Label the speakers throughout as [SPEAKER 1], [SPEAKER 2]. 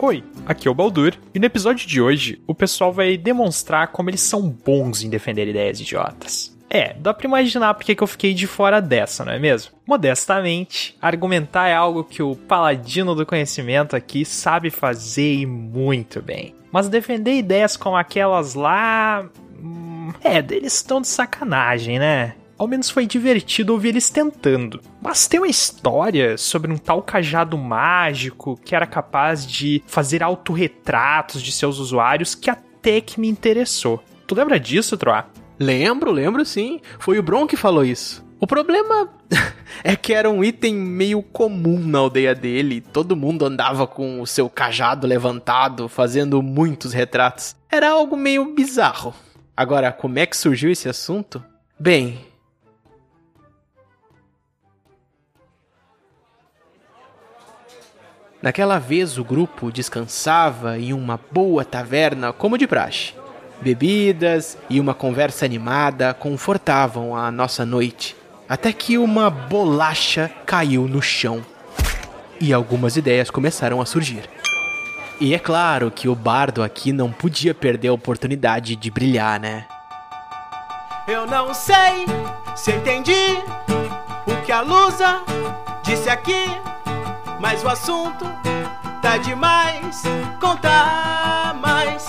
[SPEAKER 1] Oi, aqui é o Baldur, e no episódio de hoje o pessoal vai demonstrar como eles são bons em defender ideias idiotas. É, dá pra imaginar porque que eu fiquei de fora dessa, não é mesmo? Modestamente, argumentar é algo que o paladino do conhecimento aqui sabe fazer e muito bem. Mas defender ideias como aquelas lá. hum, É, eles estão de sacanagem, né? Ao menos foi divertido ouvir eles tentando. Mas tem uma história sobre um tal cajado mágico que era capaz de fazer autorretratos de seus usuários que até que me interessou. Tu lembra disso, Troá?
[SPEAKER 2] Lembro, lembro sim. Foi o Bron que falou isso. O problema é que era um item meio comum na aldeia dele. Todo mundo andava com o seu cajado levantado, fazendo muitos retratos. Era algo meio bizarro. Agora, como é que surgiu esse assunto? Bem, Naquela vez o grupo descansava em uma boa taverna, como de praxe. Bebidas e uma conversa animada confortavam a nossa noite, até que uma bolacha caiu no chão e algumas ideias começaram a surgir. E é claro que o bardo aqui não podia perder a oportunidade de brilhar, né?
[SPEAKER 3] Eu não sei se entendi o que a Lusa disse aqui, mas o assunto tá demais. Conta mais.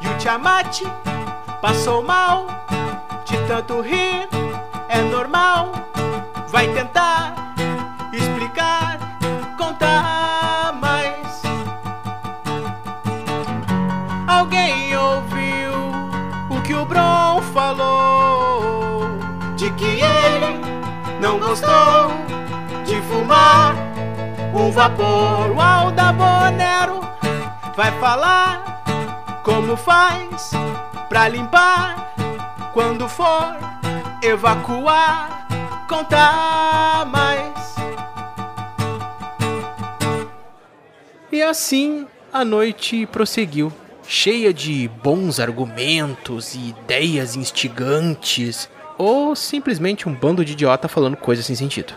[SPEAKER 3] E o Tiamat passou mal de tanto rir, é normal. Vai tentar explicar, contar mais. Alguém ouviu o que o Bron falou? De que ele não gostou de fumar um vapor. O Aldabonero vai falar como faz pra limpar quando for evacuar. Contar mais.
[SPEAKER 2] E assim a noite prosseguiu, cheia de bons argumentos e ideias instigantes, ou simplesmente um bando de idiota falando coisas sem sentido.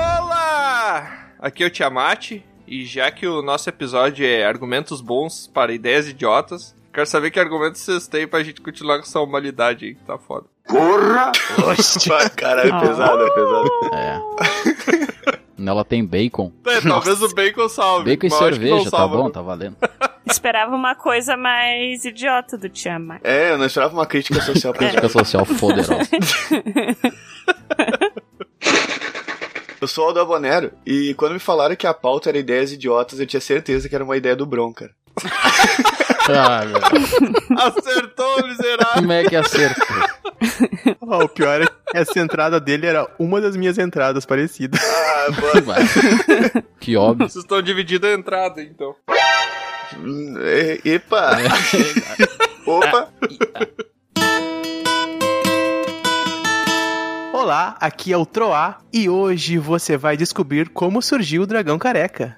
[SPEAKER 4] Olá! Aqui é o Tiamat, e já que o nosso episódio é argumentos bons para ideias idiotas, quero saber que argumentos vocês têm pra gente continuar com essa humanidade aí, que tá foda.
[SPEAKER 5] Pá, Caralho,
[SPEAKER 6] Ah.
[SPEAKER 5] pesado, é pesado.
[SPEAKER 7] É. Nela tem bacon.
[SPEAKER 4] É, talvez o bacon salve.
[SPEAKER 7] Bacon e
[SPEAKER 4] mas eu acho que não
[SPEAKER 7] cerveja, tá
[SPEAKER 4] salva,
[SPEAKER 7] bom,
[SPEAKER 4] né?
[SPEAKER 7] tá valendo.
[SPEAKER 6] Esperava uma coisa mais idiota do Tiamat.
[SPEAKER 5] É, eu não esperava uma crítica social pra
[SPEAKER 7] Crítica social assim, foderosa.
[SPEAKER 5] Eu sou o Aldo Abonero, e quando me falaram que a pauta era ideias idiotas, eu tinha certeza que era uma ideia do Bron, cara.
[SPEAKER 7] Ah, meu Deus.
[SPEAKER 4] Acertou, miserável.
[SPEAKER 7] Como é que acertou?
[SPEAKER 2] o pior é que essa entrada dele era uma das minhas entradas parecidas.
[SPEAKER 5] Ah, boa.
[SPEAKER 7] Vai. Que óbvio.
[SPEAKER 4] Vocês estão dividindo a entrada, então.
[SPEAKER 5] Hum, e- Epa! Opa!
[SPEAKER 2] Olá, aqui é o Troá e hoje você vai descobrir como surgiu o dragão careca.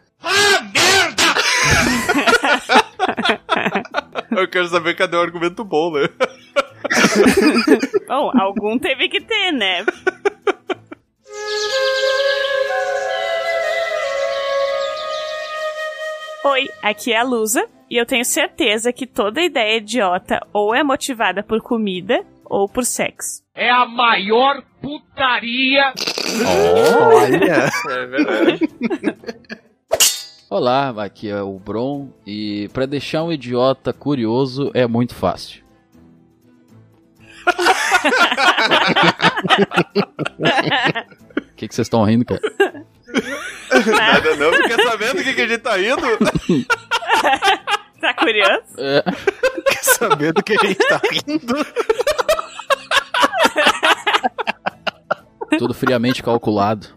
[SPEAKER 4] Eu quero saber cadê o argumento bom, né?
[SPEAKER 6] Bom, algum teve que ter, né? Oi, aqui é a Lusa e eu tenho certeza que toda ideia idiota ou é motivada por comida ou por sexo.
[SPEAKER 8] é a maior putaria
[SPEAKER 2] Olha!
[SPEAKER 4] É verdade.
[SPEAKER 7] Olá, aqui é o Bron e pra deixar um idiota curioso é muito fácil. O que que vocês estão rindo, cara?
[SPEAKER 6] Né?
[SPEAKER 5] Nada não.
[SPEAKER 4] Quer saber do que, que a gente tá indo?
[SPEAKER 6] Tá curioso?
[SPEAKER 7] É,
[SPEAKER 2] Quer saber do que a gente tá rindo?
[SPEAKER 7] tudo friamente calculado.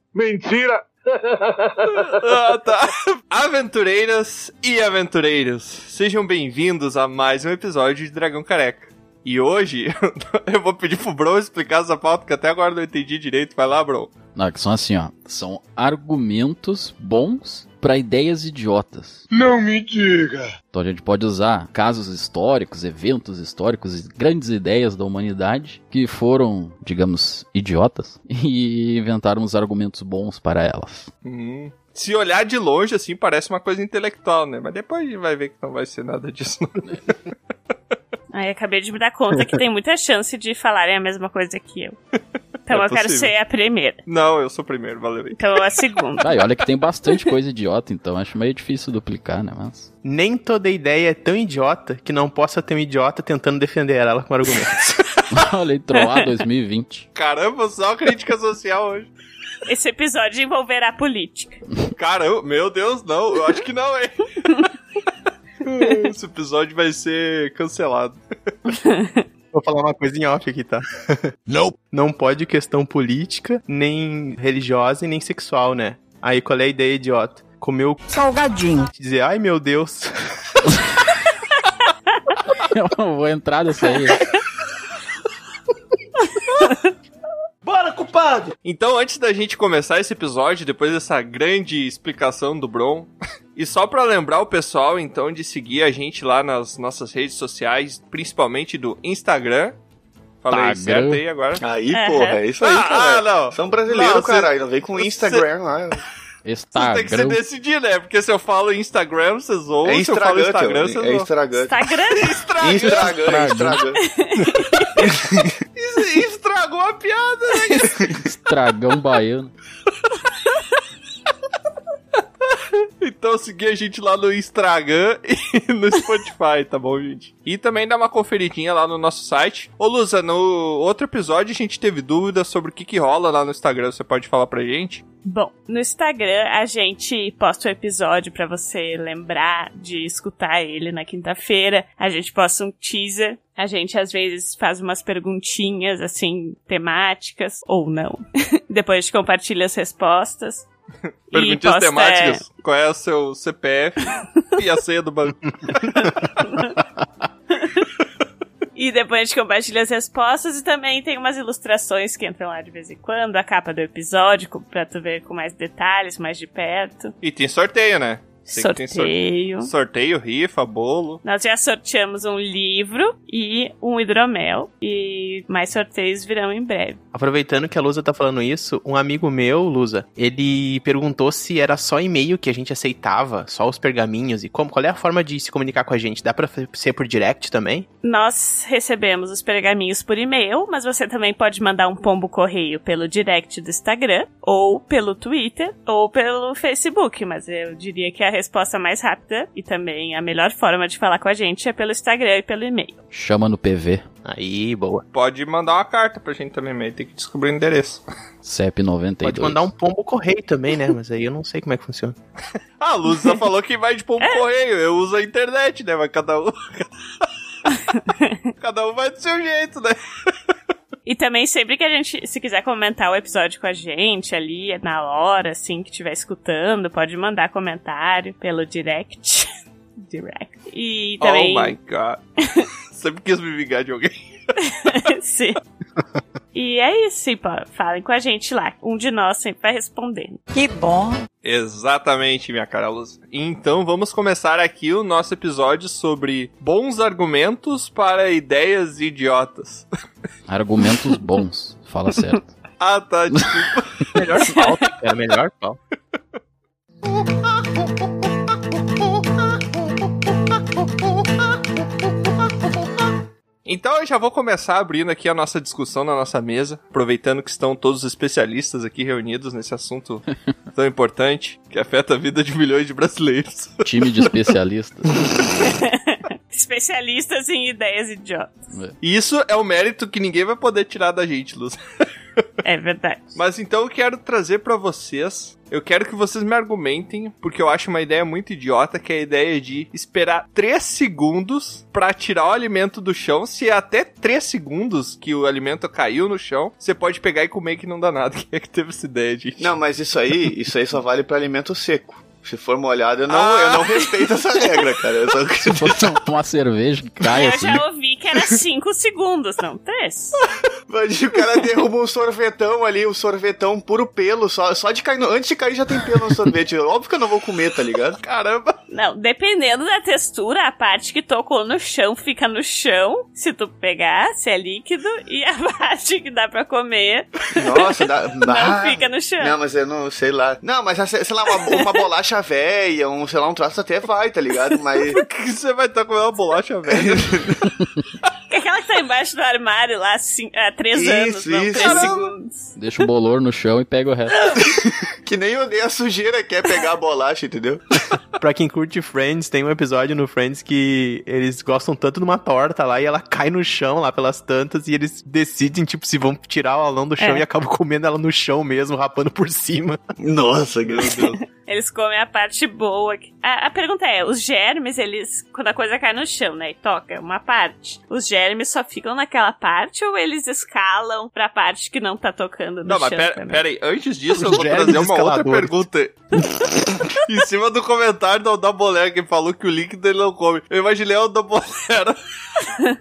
[SPEAKER 4] Ah, tá. Aventureiras e aventureiros, sejam bem-vindos a mais um episódio de Dragão Careca. E hoje eu vou pedir pro Bro explicar essa pauta que até agora eu não entendi direito. Vai lá, Bro.
[SPEAKER 7] Não, que são assim, ó. São argumentos bons pra ideias idiotas.
[SPEAKER 8] Não me diga.
[SPEAKER 7] Então a gente pode usar casos históricos, eventos históricos, e grandes ideias da humanidade que foram, digamos, idiotas e inventaram os argumentos bons para elas.
[SPEAKER 4] Hum. Se olhar de longe, assim, parece uma coisa intelectual, né? Mas depois a gente vai ver que não vai ser nada disso. não.
[SPEAKER 6] Ai, acabei de me dar conta que tem muita chance de falarem a mesma coisa que eu. Então
[SPEAKER 4] É
[SPEAKER 6] eu quero
[SPEAKER 4] possível.
[SPEAKER 6] ser a primeira.
[SPEAKER 4] Não, eu sou o primeiro, valeu aí.
[SPEAKER 6] Então eu a segunda.
[SPEAKER 7] Tá, e olha que tem bastante coisa idiota, então acho meio difícil duplicar, né? Mas.
[SPEAKER 2] Nem toda ideia é tão idiota que não possa ter um idiota tentando defender ela com argumentos.
[SPEAKER 7] olha aí, Troar 2020.
[SPEAKER 4] Caramba, só crítica social hoje.
[SPEAKER 6] Esse episódio envolverá política.
[SPEAKER 4] Caramba, meu Deus, não, eu acho que não, hein? Esse episódio vai ser cancelado.
[SPEAKER 2] Vou falar uma coisa em off aqui, tá?
[SPEAKER 3] Nope.
[SPEAKER 2] Não pode questão política, nem religiosa e nem sexual, né? Aí qual é a ideia idiota? Comer o c-
[SPEAKER 9] Salgadinho.
[SPEAKER 2] e dizer, ai meu Deus.
[SPEAKER 7] Eu não vou entrar nessa aí.
[SPEAKER 3] Bora, culpado!
[SPEAKER 4] Então, antes da gente começar esse episódio, depois dessa grande explicação do Bron, e só pra lembrar o pessoal, então, de seguir a gente lá nas nossas redes sociais, principalmente do Instagram. Falei
[SPEAKER 7] Instagram.
[SPEAKER 4] certo aí agora?
[SPEAKER 5] Aí,
[SPEAKER 6] Aham.
[SPEAKER 5] porra, é isso aí,
[SPEAKER 4] Ah, ah,
[SPEAKER 5] cara.
[SPEAKER 4] não.
[SPEAKER 5] São brasileiros,
[SPEAKER 4] Não, cê-
[SPEAKER 5] caralho. Não vem com
[SPEAKER 4] cê- É
[SPEAKER 5] Instagram lá.
[SPEAKER 4] Vocês têm que se
[SPEAKER 7] Instagram.
[SPEAKER 4] decidir, né? Porque se eu falo Instagram, vocês ouvem.
[SPEAKER 5] É
[SPEAKER 4] se eu falo Instagram,
[SPEAKER 5] Instagram, teu.
[SPEAKER 4] vocês
[SPEAKER 5] É
[SPEAKER 4] ouvem.
[SPEAKER 5] Instagram.
[SPEAKER 6] Instagram?
[SPEAKER 5] Instagram, Instagram.
[SPEAKER 4] Isso Estragou a piada, né?
[SPEAKER 7] Estragão baiano.
[SPEAKER 4] Então seguir a gente lá no Instagram e no Spotify, tá bom, gente? E também dá uma conferidinha lá no nosso site. Ô, Lusa, no outro episódio a gente teve dúvidas sobre o que, que rola lá no Instagram. Você pode falar pra gente?
[SPEAKER 6] Bom, no Instagram a gente posta o episódio pra você lembrar de escutar ele na quinta-feira. A gente posta um teaser. A gente às vezes faz umas perguntinhas assim temáticas ou não. Depois a gente compartilha as respostas. E
[SPEAKER 4] Perguntinhas
[SPEAKER 6] posta-
[SPEAKER 4] temáticas. Qual é o seu CPF e a senha do banco?
[SPEAKER 6] E depois a gente compartilha as respostas e também tem umas ilustrações que entram lá de vez em quando, a capa do episódio, co- pra tu ver com mais detalhes, mais de perto.
[SPEAKER 4] E tem sorteio, né? Tem que ter
[SPEAKER 6] Sorteio.
[SPEAKER 4] Sorteio, rifa, bolo.
[SPEAKER 6] Nós já sorteamos um livro e um hidromel. E mais sorteios virão em breve.
[SPEAKER 2] Aproveitando que a Lusa tá falando isso, um amigo meu, Lusa, ele perguntou se era só e-mail que a gente aceitava, só os pergaminhos e como, qual é a forma de se comunicar com a gente? Dá pra f- ser por direct também?
[SPEAKER 6] Nós recebemos os pergaminhos por e-mail, mas você também pode mandar um pombo correio pelo direct do Instagram, ou pelo Twitter, ou pelo Facebook. Mas eu diria que é a resposta mais rápida e também a melhor forma de falar com a gente é pelo Instagram e pelo e-mail.
[SPEAKER 7] Chama no PV.
[SPEAKER 2] Aí, boa.
[SPEAKER 4] Pode mandar uma carta pra gente também, mas tem que descobrir o endereço.
[SPEAKER 7] CEP 92.
[SPEAKER 2] Pode mandar um pombo correio também, né? Mas aí eu não sei como é que funciona.
[SPEAKER 4] Ah, A Lusa falou que vai de pombo correio. Eu uso a internet, né? Mas cada um. cada um vai do seu jeito, né?
[SPEAKER 6] E também sempre que a gente, se quiser comentar o episódio com a gente ali, é na hora, assim, que estiver escutando, pode mandar comentário pelo direct. direct. E também.
[SPEAKER 4] Oh my god. Sempre quis me vingar de alguém.
[SPEAKER 6] Sim. E é isso, sim, pô. falem com a gente lá. Um de nós sempre vai respondendo.
[SPEAKER 9] Que bom.
[SPEAKER 4] Exatamente, minha cara Lusa. Então vamos começar aqui o nosso episódio sobre bons argumentos para ideias idiotas.
[SPEAKER 7] Argumentos bons. Fala certo.
[SPEAKER 4] Ah, tá. desculpa.
[SPEAKER 2] Melhor falta, cara, melhor falta.
[SPEAKER 4] Então eu já vou começar abrindo aqui a nossa discussão na nossa mesa, aproveitando que estão todos os especialistas aqui reunidos nesse assunto tão importante que afeta a vida de milhões de brasileiros.
[SPEAKER 7] Time de especialistas.
[SPEAKER 6] Especialistas em ideias idiotas.
[SPEAKER 4] E Isso é um mérito que ninguém vai poder tirar da gente, Luz.
[SPEAKER 6] É verdade.
[SPEAKER 4] Mas então eu quero trazer pra vocês. Eu quero que vocês me argumentem, porque eu acho uma ideia muito idiota, que é a ideia de esperar 3 segundos pra tirar o alimento do chão. Se é até 3 segundos que o alimento caiu no chão, você pode pegar e comer que não dá nada. Quem é que teve essa ideia, gente?
[SPEAKER 5] Não, mas isso aí, isso aí só vale pra alimento seco. Se for molhado, eu não,
[SPEAKER 4] Ah.
[SPEAKER 5] eu não respeito essa regra, cara. Eu só-
[SPEAKER 4] Ah,
[SPEAKER 7] Se fosse uma cerveja que cai
[SPEAKER 6] Eu
[SPEAKER 7] assim.
[SPEAKER 6] já ouvi que era 5 segundos, não 3.
[SPEAKER 5] Imagina, o cara derruba um sorvetão ali, um sorvetão puro pelo, só, só de cair. no- Antes de cair já tem pelo no sorvete. É Óbvio que eu não vou comer, tá ligado?
[SPEAKER 4] Caramba!
[SPEAKER 6] Não, dependendo da textura, a parte que tocou no chão fica no chão, se tu pegar, se é líquido, e a parte que dá pra comer
[SPEAKER 5] Nossa, dá.
[SPEAKER 6] não
[SPEAKER 5] Ah.
[SPEAKER 6] fica assim. no chão.
[SPEAKER 5] Não, mas eu não sei lá. Não, mas sei sei lá, uma, uma bolacha velha, um, sei lá, um troço até vai, tá ligado? Mas.
[SPEAKER 4] Por que você vai estar comendo uma bolacha, velho?
[SPEAKER 6] Que é Aquela que tá embaixo do armário lá assim, há três
[SPEAKER 5] Isso,
[SPEAKER 6] anos, não,
[SPEAKER 5] isso.
[SPEAKER 6] três
[SPEAKER 5] Caramba.
[SPEAKER 6] segundos.
[SPEAKER 7] Deixa o bolor no chão e pega o resto.
[SPEAKER 5] Que nem eu dei a sujeira quer pegar a bolacha, entendeu?
[SPEAKER 2] Pra quem curte Friends, tem um episódio no Friends que eles gostam tanto de uma torta lá e ela cai no chão lá pelas tantas e eles decidem, tipo, se vão tirar o alão do chão
[SPEAKER 6] É.
[SPEAKER 2] e acabam comendo ela no chão mesmo, rapando por cima.
[SPEAKER 5] Nossa, meu Deus.
[SPEAKER 6] Eles comem a parte boa. A, a pergunta é, os germes, eles, quando a coisa cai no chão, né, e toca uma parte, os germes só ficam naquela parte ou eles escalam pra parte que não tá tocando no
[SPEAKER 4] Não, mas
[SPEAKER 6] chão
[SPEAKER 4] pera,
[SPEAKER 6] também?
[SPEAKER 4] pera aí, antes disso eu
[SPEAKER 2] Os
[SPEAKER 4] vou
[SPEAKER 2] germes
[SPEAKER 4] trazer uma outra
[SPEAKER 2] escaladores.
[SPEAKER 4] pergunta. em cima do comentário do Aldabolera que falou que o líquido ele não come. Eu imaginei o Aldabolera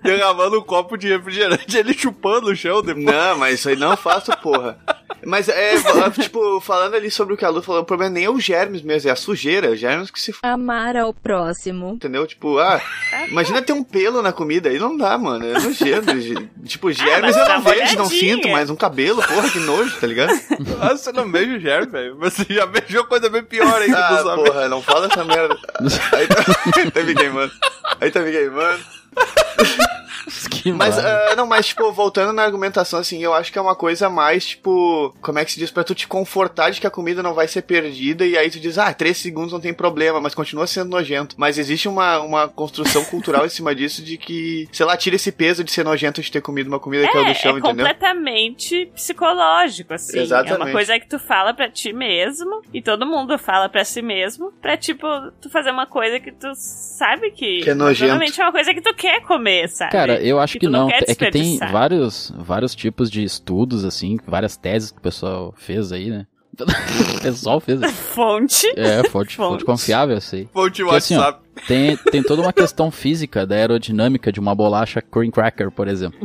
[SPEAKER 4] derramando um copo de refrigerante ele chupando o chão depois.
[SPEAKER 5] Não, mas isso aí não faço, porra. Mas é, tipo, falando ali sobre o que a Lu falou, o problema nem é os germes mesmo, é a sujeira, os germes que se f...
[SPEAKER 9] Amar ao próximo.
[SPEAKER 5] entendeu? Tipo, ah, imagina ter um pelo na comida, aí não dá, mano, é nojento. ge- Tipo, germes
[SPEAKER 6] mas
[SPEAKER 5] eu
[SPEAKER 6] dá
[SPEAKER 5] não
[SPEAKER 6] uma
[SPEAKER 5] vejo, não
[SPEAKER 6] olhadinha.
[SPEAKER 5] sinto, mas um cabelo, porra, que nojo, tá ligado?
[SPEAKER 4] Ah, você não beija o germe, velho. Você já beijou coisa bem pior aí que
[SPEAKER 5] Ah,
[SPEAKER 4] não sabe.
[SPEAKER 5] porra, não fala essa merda. Aí tá, tá me queimando. Aí tá me queimando.
[SPEAKER 7] Que
[SPEAKER 5] Mas,
[SPEAKER 7] maravilha.
[SPEAKER 5] ah, não, mas, tipo, voltando na argumentação, assim, eu acho que é uma coisa mais, tipo, como é que se diz? Pra tu te confortar de que a comida não vai ser perdida, e aí tu diz, ah, três segundos não tem problema, mas continua sendo nojento. Mas existe uma, uma construção cultural em cima disso de que, sei lá, tira esse peso de ser nojento de ter comido uma comida que é do
[SPEAKER 6] É,
[SPEAKER 5] chão,
[SPEAKER 6] é
[SPEAKER 5] entendeu?
[SPEAKER 6] completamente psicológico, assim. É uma
[SPEAKER 5] Exatamente.
[SPEAKER 6] coisa que tu fala pra ti mesmo, e todo mundo fala pra si mesmo, pra, tipo, tu fazer uma coisa que tu sabe que...
[SPEAKER 5] Que é nojento.
[SPEAKER 6] Normalmente é uma coisa que tu quer comer, sabe?
[SPEAKER 7] Cara, eu acho
[SPEAKER 6] que
[SPEAKER 7] que
[SPEAKER 6] tu não
[SPEAKER 7] não.
[SPEAKER 6] quer
[SPEAKER 7] É que tem
[SPEAKER 6] desperdiçar.
[SPEAKER 7] vários, vários tipos de estudos, assim, várias teses que o pessoal fez aí, né? O pessoal fez.
[SPEAKER 6] Fonte...
[SPEAKER 7] É, fonte,
[SPEAKER 6] Fonte.
[SPEAKER 7] fonte confiável, eu sei.
[SPEAKER 4] Vou te
[SPEAKER 7] Porque assim, ó,
[SPEAKER 4] WhatsApp.
[SPEAKER 7] Tem, tem toda uma questão física da aerodinâmica de uma bolacha cream cracker, por exemplo.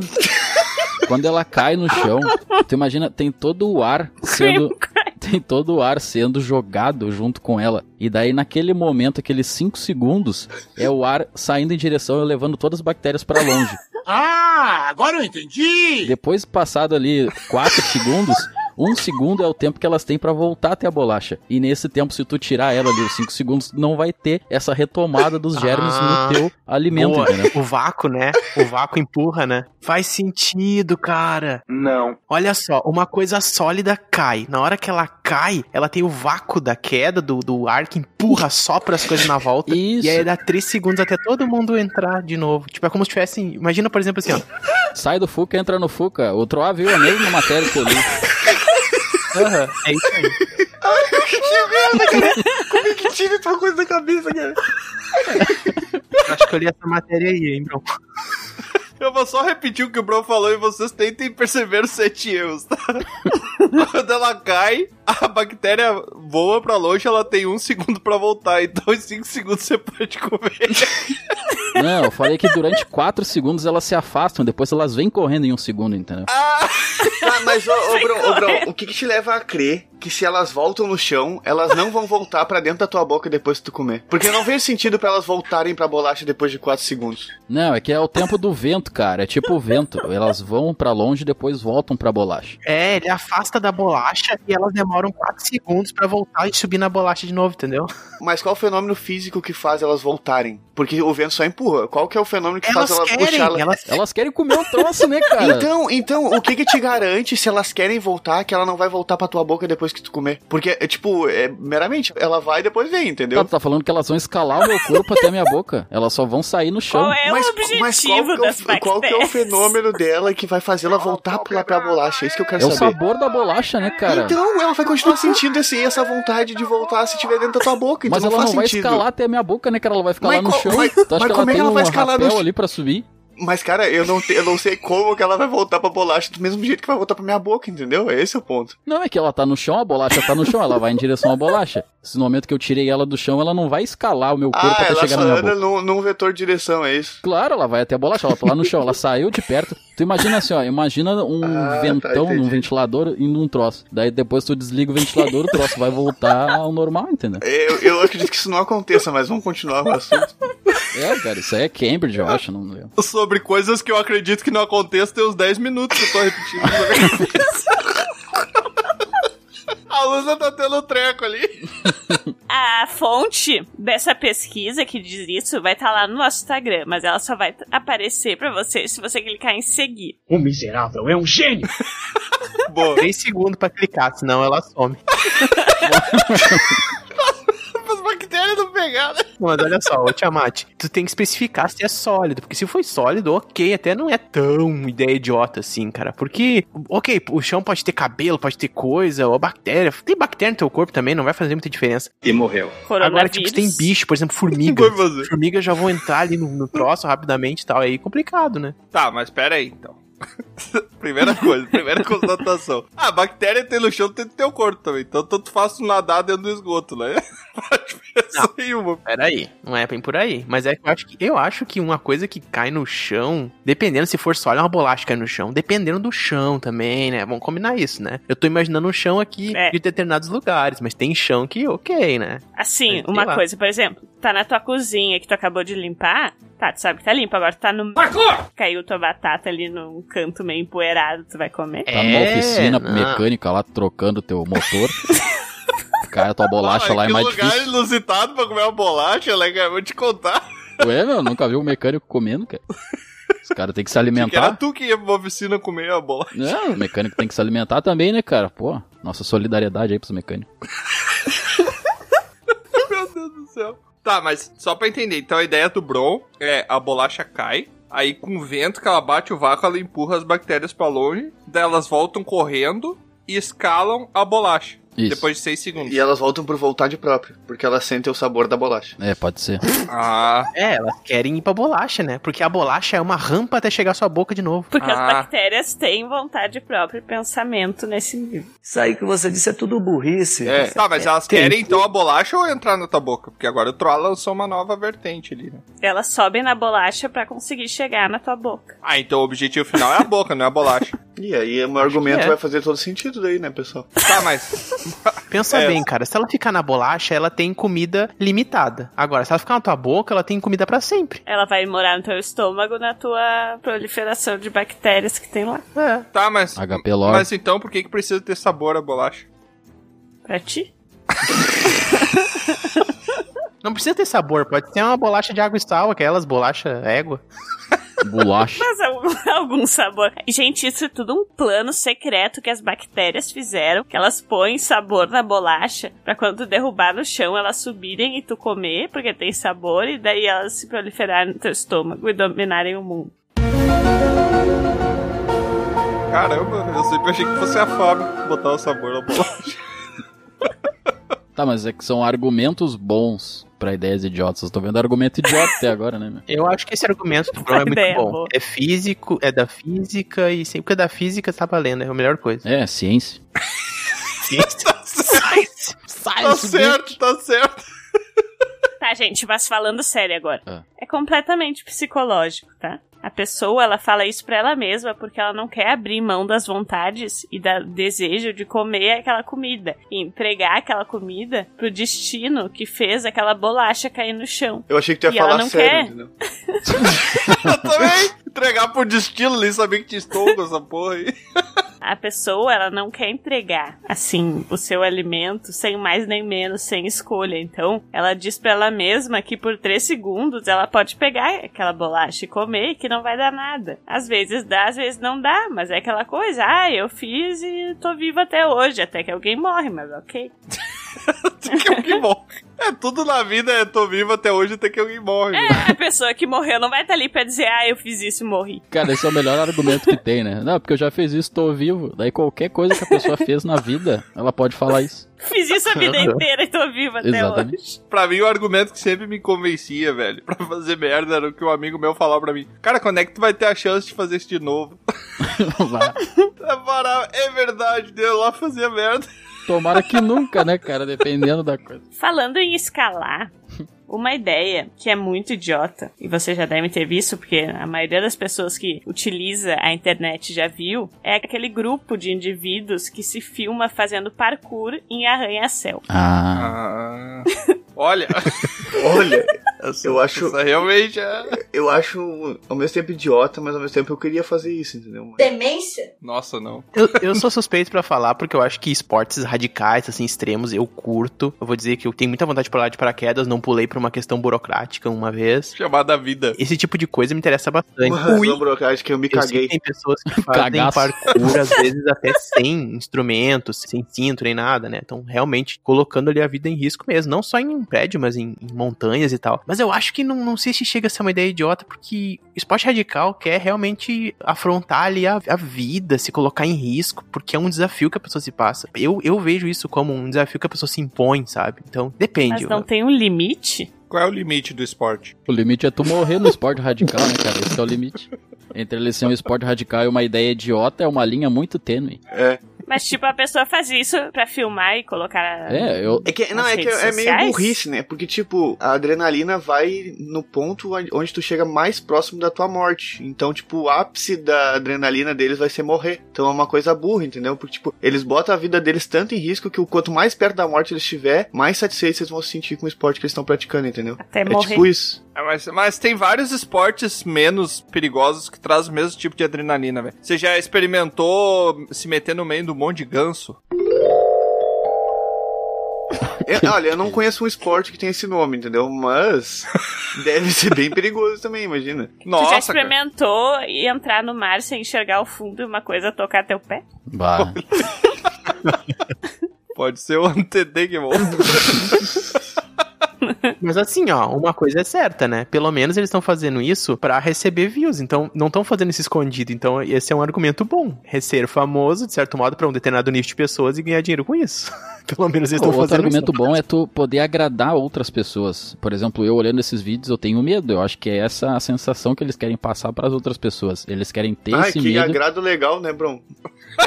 [SPEAKER 7] Quando ela cai no chão, tu imagina, tem todo o ar sendo. Tem todo o ar sendo jogado junto com ela. E daí, naquele momento, aqueles 5 segundos, é o ar saindo em direção e levando todas as bactérias pra longe.
[SPEAKER 8] Ah, agora eu entendi!
[SPEAKER 7] Depois passado ali 4 segundos, 1 segundo é o tempo que elas têm pra voltar até a bolacha. E nesse tempo, se tu tirar ela ali os 5 segundos, não vai ter essa retomada dos germes
[SPEAKER 2] Ah,
[SPEAKER 7] no teu alimento,
[SPEAKER 2] Boa.
[SPEAKER 7] entendeu?
[SPEAKER 2] O vácuo, né? O vácuo empurra, né? Faz sentido, cara.
[SPEAKER 3] Não.
[SPEAKER 2] Olha só, uma coisa sólida cai. Na hora que ela cai, ela tem o vácuo da queda, do, do ar que empurra, sopra as coisas na volta.
[SPEAKER 7] Isso.
[SPEAKER 2] E aí dá três segundos até todo mundo entrar de novo. Tipo, é como se tivesse. Imagina, por exemplo, assim, ó.
[SPEAKER 7] Sai do Fuca, entra no Fuca. O Troá viu a mesma matéria que eu li.
[SPEAKER 2] Aham, é isso aí.
[SPEAKER 5] que tira tua coisa da cabeça, cara?
[SPEAKER 2] Eu Acho que eu li essa matéria aí, hein, bro?
[SPEAKER 4] Eu vou só repetir o que o Bro falou e vocês tentem perceber os sete erros, tá? Quando ela cai, a bactéria voa pra longe, ela tem um segundo pra voltar. Então, em cinco segundos você pode comer.
[SPEAKER 7] Não, eu falei que durante 4 segundos elas se afastam, depois elas vêm correndo em um segundo, entendeu?
[SPEAKER 5] Tá, mas, ô, ô, Bruno, ô, Bruno, o que que te leva a crer que se elas voltam no chão, elas não vão voltar pra dentro da tua boca depois que tu comer? Porque eu não vejo sentido pra elas voltarem pra bolacha depois de 4 segundos.
[SPEAKER 7] Não, é que é o tempo do vento, cara. É tipo o vento. Elas vão pra longe e depois voltam pra bolacha.
[SPEAKER 2] É, ele afasta da bolacha e elas demoram quatro segundos pra voltar e subir na bolacha de novo, entendeu?
[SPEAKER 5] Mas qual o fenômeno físico que faz elas voltarem? Porque o vento só empurra. Qual que é o fenômeno que
[SPEAKER 2] Elas
[SPEAKER 5] faz elas
[SPEAKER 2] querem,
[SPEAKER 5] puxar ela?
[SPEAKER 2] elas
[SPEAKER 7] Elas querem comer o troço, né, cara?
[SPEAKER 5] Então, então, o que que te garante se elas querem voltar que ela não vai voltar pra tua boca depois que tu comer? Porque, é, tipo, é, meramente, ela vai e depois vem, entendeu?
[SPEAKER 7] Tá, tá falando que elas vão escalar o meu corpo até a minha boca. Elas só vão sair no chão.
[SPEAKER 6] Qual é o objetivo
[SPEAKER 5] qual, que é o-
[SPEAKER 6] das
[SPEAKER 5] qual que
[SPEAKER 6] bactérias?
[SPEAKER 5] é o, fenômeno dela que vai fazer ela voltar pra lá pra bolacha? É isso que eu
[SPEAKER 7] É
[SPEAKER 5] quero
[SPEAKER 7] o
[SPEAKER 5] saber.
[SPEAKER 7] sabor da bolacha, né, cara?
[SPEAKER 5] Então, ela vai continuar sentindo esse, essa vontade de voltar se tiver dentro da tua boca. Então
[SPEAKER 7] mas
[SPEAKER 5] não
[SPEAKER 7] ela
[SPEAKER 5] faz
[SPEAKER 7] não vai
[SPEAKER 5] sentido.
[SPEAKER 7] escalar até a minha boca, né, cara? Ela vai ficar
[SPEAKER 5] Mas
[SPEAKER 7] lá no
[SPEAKER 5] co-
[SPEAKER 7] chão.
[SPEAKER 5] mas-
[SPEAKER 7] tu acha
[SPEAKER 5] mas
[SPEAKER 7] que ela
[SPEAKER 5] como é que
[SPEAKER 7] tem
[SPEAKER 5] ela
[SPEAKER 7] um
[SPEAKER 5] vai escalar no
[SPEAKER 7] rapel
[SPEAKER 5] chão?
[SPEAKER 7] ali pra subir?
[SPEAKER 5] Mas, cara, eu não, te- eu não sei como que ela vai voltar pra bolacha do mesmo jeito que vai voltar pra minha boca, entendeu? Esse é o ponto.
[SPEAKER 7] Não, é que ela tá no chão, a bolacha tá no chão, ela vai em direção à bolacha. Se no momento que eu tirei ela do chão, ela não vai escalar o meu corpo
[SPEAKER 5] Ah,
[SPEAKER 7] até
[SPEAKER 5] ela
[SPEAKER 7] chegar
[SPEAKER 5] só
[SPEAKER 7] tá na minha
[SPEAKER 5] anda
[SPEAKER 7] boca.
[SPEAKER 5] num, num vetor de direção, é isso.
[SPEAKER 7] Claro, ela vai até a bolacha, ela tá lá no chão, ela saiu de perto. Tu imagina assim, ó, imagina um
[SPEAKER 5] Ah,
[SPEAKER 7] ventão
[SPEAKER 5] tá,
[SPEAKER 7] num
[SPEAKER 5] entendi.
[SPEAKER 7] ventilador e num troço. Daí depois tu desliga o ventilador, o troço vai voltar ao normal, entendeu?
[SPEAKER 5] Eu, eu acredito que isso não aconteça, mas vamos continuar o assunto.
[SPEAKER 7] É, cara, isso aí é Cambridge, eu acho, não lembro.
[SPEAKER 4] Sobre coisas que eu acredito que não aconteçam tem uns 10 minutos que eu tô repetindo na minha cabeça. A Lusa tá tendo treco ali.
[SPEAKER 6] A fonte dessa pesquisa que diz isso vai estar lá no nosso Instagram, mas ela só vai aparecer pra você se você clicar em seguir.
[SPEAKER 10] O miserável é um gênio!
[SPEAKER 4] Boa.
[SPEAKER 2] Três segundos pra clicar, senão ela some.
[SPEAKER 4] As bactérias não pegaram. né?
[SPEAKER 2] Mas olha só, ô Tiamat, tu tem que especificar se é sólido, porque se foi sólido, ok, até não é tão ideia idiota assim, cara. Porque, ok, o chão pode ter cabelo, pode ter coisa, ou bactéria. Tem bactéria no teu corpo também, não vai fazer muita diferença.
[SPEAKER 3] E morreu.
[SPEAKER 2] Agora, tipo, se tem
[SPEAKER 6] Coronavírus.
[SPEAKER 2] bicho, por exemplo, formiga.
[SPEAKER 4] Foi fazer.
[SPEAKER 2] Formigas já vão entrar ali no, no troço rapidamente e tal. Aí é complicado, né?
[SPEAKER 4] Tá, mas pera aí então. primeira coisa, primeira constatação. A bactéria tem no chão, tem no teu corpo também. Então tanto faz nadar dentro do esgoto, né? Pode pensar em uma.
[SPEAKER 2] Peraí. Não é bem por aí. Mas é que eu acho que eu acho que uma coisa que cai no chão, dependendo se for só olha uma bolacha que cai no chão, dependendo do chão também, né? Vamos combinar isso, né? Eu tô imaginando um chão aqui
[SPEAKER 6] É.
[SPEAKER 2] de determinados lugares, mas tem chão que ok, né?
[SPEAKER 6] Assim,
[SPEAKER 2] Mas sei
[SPEAKER 6] uma
[SPEAKER 2] lá.
[SPEAKER 6] coisa, por exemplo, tá na tua cozinha que tu acabou de limpar, tá, tu sabe que tá limpa, agora tu tá no. Caiu tua batata ali num canto meio empoeirado, tu vai comer?
[SPEAKER 7] Tá numa
[SPEAKER 2] É,
[SPEAKER 7] oficina
[SPEAKER 2] não.
[SPEAKER 7] mecânica lá, trocando teu motor. Cara, tua bolacha
[SPEAKER 4] Ah,
[SPEAKER 7] lá é
[SPEAKER 4] que
[SPEAKER 7] mais
[SPEAKER 4] lugar
[SPEAKER 7] difícil.
[SPEAKER 4] inusitado pra comer uma bolacha, legal. Eu Vou te contar.
[SPEAKER 7] Ué, meu, nunca vi um mecânico comendo, cara. Os caras têm que se
[SPEAKER 4] Que era
[SPEAKER 7] alimentar.
[SPEAKER 4] tu que ia pra uma oficina comer a bolacha.
[SPEAKER 7] É, o mecânico tem que se alimentar também, né, cara? Pô, nossa solidariedade aí pros mecânicos.
[SPEAKER 4] Meu Deus do céu. Tá, mas só pra entender, então a ideia do Bron é a bolacha cai, aí com o vento que ela bate o vácuo, ela empurra as bactérias pra longe, daí elas voltam correndo e escalam a bolacha.
[SPEAKER 7] Isso.
[SPEAKER 4] Depois de seis segundos.
[SPEAKER 5] E elas voltam por vontade própria, porque elas sentem o sabor da bolacha.
[SPEAKER 7] É, pode ser.
[SPEAKER 4] Ah,
[SPEAKER 2] É, elas querem ir pra bolacha, né? Porque a bolacha é uma rampa até chegar à sua boca de novo.
[SPEAKER 6] Porque as
[SPEAKER 4] Ah.
[SPEAKER 6] bactérias têm vontade própria e pensamento nesse nível.
[SPEAKER 3] Isso aí que você disse é tudo burrice.
[SPEAKER 4] é. Tá, mas elas
[SPEAKER 2] Tem.
[SPEAKER 4] querem então a bolacha ou entrar na tua boca? Porque agora o Troll lançou uma nova vertente ali, né?
[SPEAKER 6] Elas sobem na bolacha pra conseguir chegar na tua boca.
[SPEAKER 4] Ah, então o objetivo final é a boca, não é a bolacha.
[SPEAKER 5] E aí o meu argumento
[SPEAKER 2] é.
[SPEAKER 5] vai fazer todo sentido daí, né, pessoal?
[SPEAKER 4] Tá, mas.
[SPEAKER 2] Pensa
[SPEAKER 4] É.
[SPEAKER 2] bem, cara. Se ela ficar na bolacha, ela tem comida limitada. Agora, se ela ficar na tua boca, ela tem comida pra sempre.
[SPEAKER 6] Ela vai morar no teu estômago, na tua proliferação de bactérias que tem lá.
[SPEAKER 2] É.
[SPEAKER 4] Tá, mas.
[SPEAKER 7] HP Lore.
[SPEAKER 4] Mas então por que, que precisa ter sabor a bolacha?
[SPEAKER 6] Pra ti?
[SPEAKER 2] Não precisa ter sabor, pode ter uma bolacha de água e sal, aquelas bolacha égua.
[SPEAKER 7] Bolacha.
[SPEAKER 6] Mas algum, algum sabor. Gente, isso é tudo um plano secreto que as bactérias fizeram, que elas põem sabor na bolacha pra quando tu derrubar no chão elas subirem e tu comer, porque tem sabor, e daí elas se proliferarem no teu estômago e dominarem o mundo.
[SPEAKER 4] Caramba, eu sempre achei que fosse a fome botar o sabor na bolacha.
[SPEAKER 7] Tá, mas é que são argumentos bons pra ideias idiotas. Eu tô vendo argumento idiota até agora, né, meu?
[SPEAKER 2] Eu acho que esse argumento do Bruno é
[SPEAKER 6] ideia
[SPEAKER 2] muito bom.
[SPEAKER 6] boa.
[SPEAKER 2] É físico, é da física, e sempre que é da física, tá valendo, é a melhor coisa.
[SPEAKER 7] É, ciência.
[SPEAKER 2] Science!
[SPEAKER 4] Tá certo, tá certo.
[SPEAKER 6] Tá, gente, mas falando sério agora.
[SPEAKER 7] Ah.
[SPEAKER 6] É completamente psicológico, tá? A pessoa, ela fala isso pra ela mesma porque ela não quer abrir mão das vontades e da- do desejo de comer aquela comida e entregar aquela comida pro destino que fez aquela bolacha cair no chão.
[SPEAKER 5] Eu achei que tu ia
[SPEAKER 6] E ela
[SPEAKER 5] falar
[SPEAKER 6] não
[SPEAKER 5] sério,
[SPEAKER 6] quer?
[SPEAKER 5] entendeu?
[SPEAKER 4] Eu também. Entregar pro destino ali, sabia que tinha estômago essa porra aí.
[SPEAKER 6] A pessoa, ela não quer entregar, assim, o seu alimento sem mais nem menos, sem escolha. Então, ela diz pra ela mesma que por três segundos ela pode pegar aquela bolacha e comer, que não vai dar nada. Às vezes dá, às vezes não dá, mas é aquela coisa, ah, eu fiz e tô viva até hoje, até que alguém morre, mas ok.
[SPEAKER 4] que alguém morre. É tudo na vida, é tô vivo até hoje até que alguém morre.
[SPEAKER 6] A pessoa que morreu não vai estar ali pra dizer, ah, eu fiz isso e morri.
[SPEAKER 7] Cara, esse é o melhor argumento que tem, né? Não, porque eu já fiz isso, tô vivo. Daí qualquer coisa que a pessoa fez na vida, ela pode falar isso.
[SPEAKER 6] Fiz isso a vida inteira e tô viva até hoje.
[SPEAKER 7] Exatamente.
[SPEAKER 4] Pra mim, o argumento que sempre me convencia, velho, pra fazer merda era o que um amigo meu falava pra mim. Cara, quando é que tu vai ter a chance de fazer isso de novo?
[SPEAKER 7] Vá.
[SPEAKER 4] É, parar, é verdade, deu lá fazer merda.
[SPEAKER 7] Tomara que nunca, né, cara? Dependendo da coisa.
[SPEAKER 6] Falando em escalar, Uma ideia que é muito idiota, e você já deve ter visto, porque a maioria das pessoas que utiliza a internet já viu, é aquele grupo de indivíduos que se filma fazendo parkour em arranha-céu.
[SPEAKER 7] Ah.
[SPEAKER 4] Olha,
[SPEAKER 5] Olha,
[SPEAKER 4] essa-
[SPEAKER 5] eu acho.
[SPEAKER 4] essa realmente é.
[SPEAKER 5] Eu acho ao mesmo tempo idiota, mas ao mesmo tempo eu queria fazer isso, entendeu? Mas-
[SPEAKER 11] Demência?
[SPEAKER 4] Nossa, não.
[SPEAKER 2] Eu, eu sou suspeito pra falar, porque eu acho que esportes radicais, assim, extremos, eu curto. Eu vou dizer que eu tenho muita vontade de pular de paraquedas, não pulei por uma questão burocrática uma vez.
[SPEAKER 4] Chamada vida.
[SPEAKER 2] Esse tipo de coisa me interessa bastante.
[SPEAKER 5] Uma razão burocrática, eu me
[SPEAKER 2] Eu sei que
[SPEAKER 5] caguei.
[SPEAKER 2] tem pessoas que fazem
[SPEAKER 7] Cagaço.
[SPEAKER 2] parkour, às vezes até sem instrumentos, sem cinto nem nada, né? Então, realmente, colocando ali a vida em risco mesmo. Não só em um prédio, mas em, em montanhas e tal. Mas eu acho que não, não sei se chega a ser uma ideia idiota, porque o esporte radical quer realmente afrontar ali a, a vida, se colocar em risco, porque é um desafio que a pessoa se passa. Eu, eu vejo isso como um desafio que a pessoa se impõe, sabe? Então,
[SPEAKER 6] Mas
[SPEAKER 2] depende.
[SPEAKER 6] não tem um limite?
[SPEAKER 4] Qual é o limite do esporte?
[SPEAKER 7] O limite é tu morrer no esporte radical, né, cara? Esse é o limite. Entre ele ser um esporte radical e uma ideia idiota é uma linha muito tênue.
[SPEAKER 6] Mas, tipo, a pessoa faz isso pra filmar e colocar.
[SPEAKER 7] É, eu,
[SPEAKER 5] É que, não,
[SPEAKER 6] Nas
[SPEAKER 5] é que
[SPEAKER 6] redes
[SPEAKER 5] é meio
[SPEAKER 6] sociais?
[SPEAKER 5] burrice, né? Porque, tipo, a adrenalina vai no ponto onde- onde tu chega mais próximo da tua morte. Então, tipo, o ápice da adrenalina deles vai ser morrer. Então é uma coisa burra, entendeu? Porque, tipo, eles botam a vida deles tanto em risco que o quanto mais perto da morte eles estiver, mais satisfeitos eles vão se sentir com o esporte que eles estão praticando, entendeu?
[SPEAKER 6] Até
[SPEAKER 5] É
[SPEAKER 6] morrer.
[SPEAKER 5] tipo isso.
[SPEAKER 4] Ah, mas, mas tem vários esportes menos perigosos que trazem o mesmo tipo de adrenalina, velho. Você já experimentou se meter no meio do monte de ganso?
[SPEAKER 5] Eu- olha, eu não conheço um esporte que tem esse nome, entendeu? Mas deve ser bem perigoso também, imagina.
[SPEAKER 6] Tu já
[SPEAKER 4] Nossa, cara.
[SPEAKER 6] experimentou e entrar no mar sem enxergar o fundo e uma coisa tocar teu pé?
[SPEAKER 7] bah,
[SPEAKER 4] pode ser o Antedegmon.
[SPEAKER 2] Mas assim, ó, uma coisa é certa, né? Pelo menos eles estão fazendo isso pra receber views, então não estão fazendo isso escondido. Então esse é um argumento bom. É Ser famoso, de certo modo, pra um determinado nicho de pessoas e ganhar dinheiro com isso. Pelo menos eles estão
[SPEAKER 7] outro
[SPEAKER 2] fazendo
[SPEAKER 7] argumento
[SPEAKER 2] isso. né?
[SPEAKER 7] bom é tu poder agradar outras pessoas. Por exemplo, eu olhando esses vídeos, eu tenho medo. Eu acho que é essa a sensação que eles querem passar pras outras pessoas. Eles querem ter
[SPEAKER 5] Ai,
[SPEAKER 7] esse
[SPEAKER 5] que
[SPEAKER 7] medo.
[SPEAKER 5] agrado legal, né, Bron?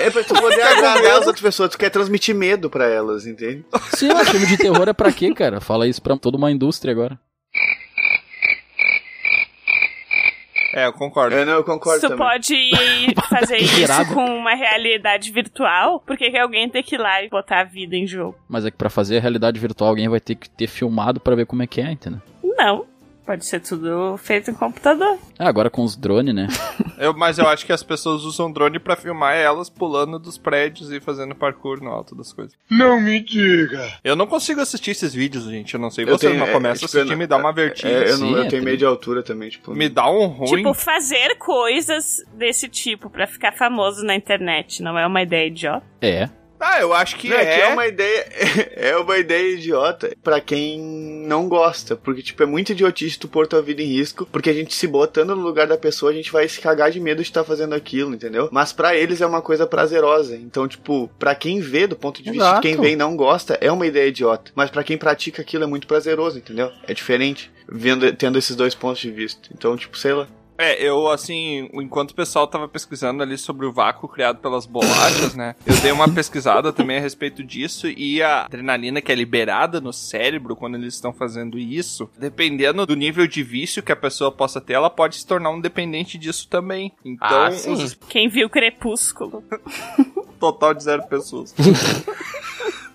[SPEAKER 5] É pra tu poder agradar as outras pessoas, tu quer transmitir medo pra elas, entende?
[SPEAKER 7] Sim, mas filme de terror é pra quê, cara? Fala isso pra toda uma indústria agora.
[SPEAKER 4] É, eu concordo.
[SPEAKER 5] É, não, eu concordo
[SPEAKER 6] tu
[SPEAKER 5] também.
[SPEAKER 6] pode fazer isso com uma realidade virtual? Por que, que alguém tem que ir lá e botar a vida em jogo?
[SPEAKER 7] Mas é que pra fazer a realidade virtual, alguém vai ter que ter filmado pra ver como é que é, entendeu?
[SPEAKER 6] Não. Pode ser tudo feito em computador.
[SPEAKER 7] Ah, agora com os drones, né?
[SPEAKER 4] Eu- mas eu acho que as pessoas usam drone pra filmar elas pulando dos prédios e fazendo parkour no alto das coisas.
[SPEAKER 8] Não me diga.
[SPEAKER 4] Eu não consigo assistir esses vídeos, gente. Eu não sei
[SPEAKER 5] Eu
[SPEAKER 4] vocês,
[SPEAKER 5] tenho-
[SPEAKER 4] mas
[SPEAKER 5] é,
[SPEAKER 4] começa a
[SPEAKER 5] tipo, eu
[SPEAKER 4] assistir
[SPEAKER 5] não-
[SPEAKER 4] me dá uma
[SPEAKER 5] É,
[SPEAKER 4] vertigem.
[SPEAKER 5] eu, não,
[SPEAKER 7] Sim,
[SPEAKER 5] eu
[SPEAKER 7] é,
[SPEAKER 5] tenho meio de altura também, tipo.
[SPEAKER 4] Me dá um ruim.
[SPEAKER 6] Tipo, fazer coisas desse tipo pra ficar famoso na internet não é uma ideia idiota?
[SPEAKER 7] É.
[SPEAKER 4] Ah, eu acho que
[SPEAKER 5] Não, é,
[SPEAKER 4] é.
[SPEAKER 5] que é uma ideia, é uma ideia idiota pra quem não gosta, porque tipo é muito idiotice tu pôr tua vida em risco, porque a gente se botando no lugar da pessoa, a gente vai se cagar de medo de estar fazendo aquilo, entendeu? Mas pra eles é uma coisa prazerosa. Então, tipo, pra quem vê do ponto de vista
[SPEAKER 2] Exato.
[SPEAKER 5] de quem vê e não gosta, é uma ideia idiota, mas pra quem pratica aquilo é muito prazeroso, entendeu? É diferente. Vendo, tendo esses dois pontos de vista. Então, tipo, sei lá.
[SPEAKER 4] É, eu assim, enquanto o pessoal tava pesquisando ali sobre o vácuo criado pelas bolachas, né? Eu dei uma pesquisada também a respeito disso e a adrenalina que é liberada no cérebro quando eles estão fazendo isso, dependendo do nível de vício que a pessoa possa ter, ela pode se tornar um dependente disso também. Então,
[SPEAKER 2] Ah, sim.
[SPEAKER 4] os-
[SPEAKER 6] Quem viu Crepúsculo?
[SPEAKER 4] total de zero pessoas.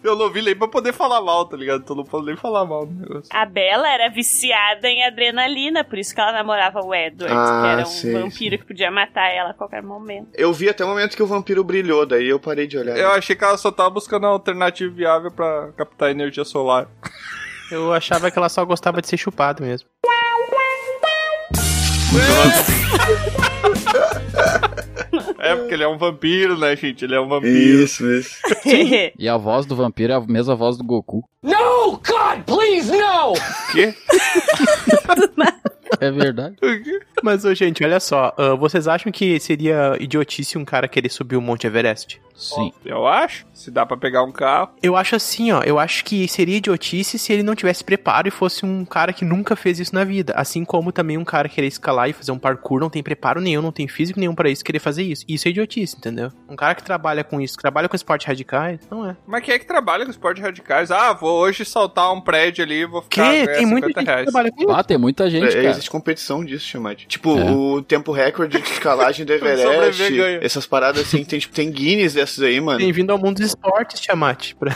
[SPEAKER 4] Eu não vi nem pra poder falar mal, tá ligado? Então eu não posso nem falar mal do negócio.
[SPEAKER 6] A Bela era viciada em adrenalina, por isso que ela namorava o Edward,
[SPEAKER 5] Ah,
[SPEAKER 6] que era um
[SPEAKER 5] sei,
[SPEAKER 6] vampiro que podia matar ela a qualquer momento.
[SPEAKER 5] Eu vi até o momento que o vampiro brilhou, daí eu parei de olhar.
[SPEAKER 4] Eu achei que ela só tava buscando uma alternativa viável pra captar energia solar.
[SPEAKER 2] Eu achava que ela só gostava de ser chupada mesmo.
[SPEAKER 4] É, porque ele é um vampiro, né, gente? Ele é um vampiro.
[SPEAKER 5] Isso, isso.
[SPEAKER 7] E a voz do vampiro é a mesma voz do Goku.
[SPEAKER 10] No, God, please, no!
[SPEAKER 4] O quê?
[SPEAKER 7] É verdade.
[SPEAKER 4] O quê?
[SPEAKER 2] Mas, ô, gente, olha só. ah, vocês acham que seria idiotice um cara querer subir o Monte Everest?
[SPEAKER 7] Sim.
[SPEAKER 4] Eu acho. Se dá pra pegar um carro.
[SPEAKER 2] Eu acho assim, ó. Eu acho que seria idiotice se ele não tivesse preparo e fosse um cara que nunca fez isso na vida. Assim como também um cara querer escalar e fazer um parkour não tem preparo nenhum, não tem físico nenhum pra isso, querer fazer isso. Isso é idiotice, entendeu? Um cara que trabalha com isso, que trabalha com esportes radicais, não é.
[SPEAKER 4] Mas quem é que trabalha com esportes radicais? Ah, vou hoje saltar um prédio ali, vou
[SPEAKER 2] Que?
[SPEAKER 4] ficar. ganhar
[SPEAKER 2] tem muita
[SPEAKER 4] 50
[SPEAKER 2] gente que
[SPEAKER 4] reais.
[SPEAKER 2] trabalha com isso.
[SPEAKER 7] Ah, tem muita gente,
[SPEAKER 5] É,
[SPEAKER 7] cara.
[SPEAKER 5] Existe competição disso, Chimate. Tipo,
[SPEAKER 7] É.
[SPEAKER 5] o tempo recorde de escalagem do
[SPEAKER 4] Sobreviver,
[SPEAKER 5] Everest,
[SPEAKER 4] ganha.
[SPEAKER 5] essas paradas assim, tem, tipo, tem Guinness dessas aí, mano.
[SPEAKER 2] Bem-vindo ao mundo dos esportes, Tiamat. Pra-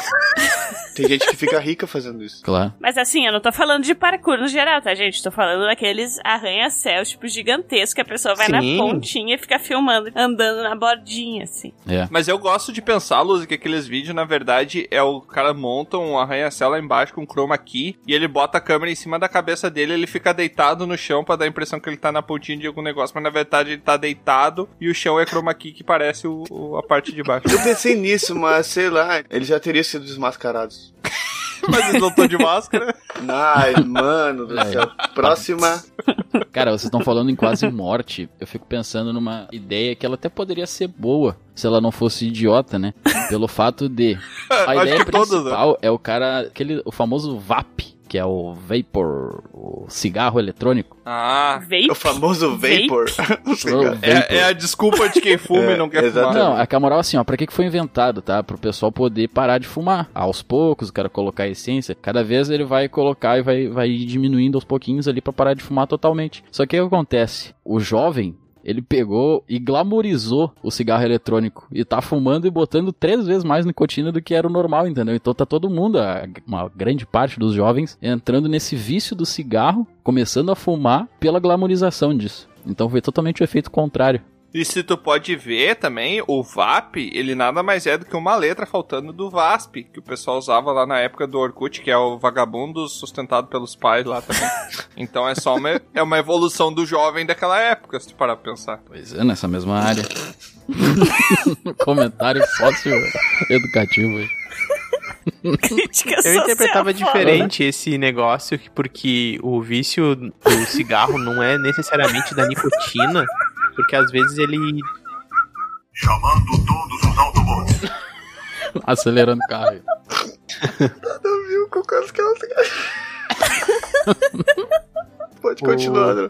[SPEAKER 5] Tem gente que fica rica fazendo isso.
[SPEAKER 7] Claro.
[SPEAKER 6] Mas assim, eu não tô falando de parkour no geral, tá, gente? Tô falando daqueles arranha-céus, tipo, gigantesco, que a pessoa vai na
[SPEAKER 2] Sim.
[SPEAKER 6] pontinha e fica filmando, andando na bordinha, assim.
[SPEAKER 7] É.
[SPEAKER 4] Mas eu gosto de pensar, Luz, que aqueles vídeos, na verdade, é o cara monta um arranha-céu lá embaixo com um chroma key e ele bota a câmera em cima da cabeça dele ele fica deitado no chão pra dar a impressão que ele tá na pontinha de algum negócio, mas na verdade ele tá deitado e o chão é chroma key que parece o, o- a parte de baixo.
[SPEAKER 5] Eu pensei nisso, mas sei lá, eles já teriam sido desmascarados.
[SPEAKER 4] mas eles não estão de máscara.
[SPEAKER 5] Ai, mano do
[SPEAKER 7] É.
[SPEAKER 5] céu. Próxima.
[SPEAKER 7] Cara, vocês estão falando em quase morte. Eu fico pensando numa ideia que ela até poderia ser boa se ela não fosse idiota, né? Pelo fato de. A
[SPEAKER 4] Acho
[SPEAKER 7] ideia
[SPEAKER 4] que todas, né?
[SPEAKER 7] principal é o cara. Aquele, o famoso VAP, que é o Vapor, o cigarro eletrônico.
[SPEAKER 4] Ah,
[SPEAKER 6] Vape?
[SPEAKER 5] O famoso Vapor.
[SPEAKER 7] O
[SPEAKER 4] é, é a desculpa de quem fuma e não quer
[SPEAKER 5] É,
[SPEAKER 4] fumar.
[SPEAKER 5] exatamente.
[SPEAKER 7] Não, é que a moral assim, ó, pra que que foi inventado, tá? Pro pessoal poder parar de fumar. Aos poucos, o cara colocar a essência, cada vez ele vai colocar e vai, vai diminuindo aos pouquinhos ali pra parar de fumar totalmente. Só que o que acontece? O jovem, ele pegou e glamorizou o cigarro eletrônico e tá fumando e botando três vezes mais nicotina do que era o normal, entendeu? Então tá todo mundo, a- uma grande parte dos jovens, entrando nesse vício do cigarro, começando a fumar pela glamorização disso. Então foi totalmente o efeito contrário.
[SPEAKER 4] E se tu pode ver também, o VAP, ele nada mais é do que uma letra faltando do VASP, que o pessoal usava lá na época do Orkut, que é o vagabundo sustentado pelos pais lá também. então é só uma, é uma evolução do jovem daquela época, se tu parar pra pensar.
[SPEAKER 7] Pois é, nessa mesma área. Comentário sócio-educativo. aí.
[SPEAKER 6] Crítica
[SPEAKER 2] Eu
[SPEAKER 6] social
[SPEAKER 2] interpretava
[SPEAKER 6] é foda.
[SPEAKER 2] diferente esse negócio, que- porque o vício do cigarro não é necessariamente da nicotina, porque às vezes ele.
[SPEAKER 7] Acelerando o carro.
[SPEAKER 5] Pode continuar, né?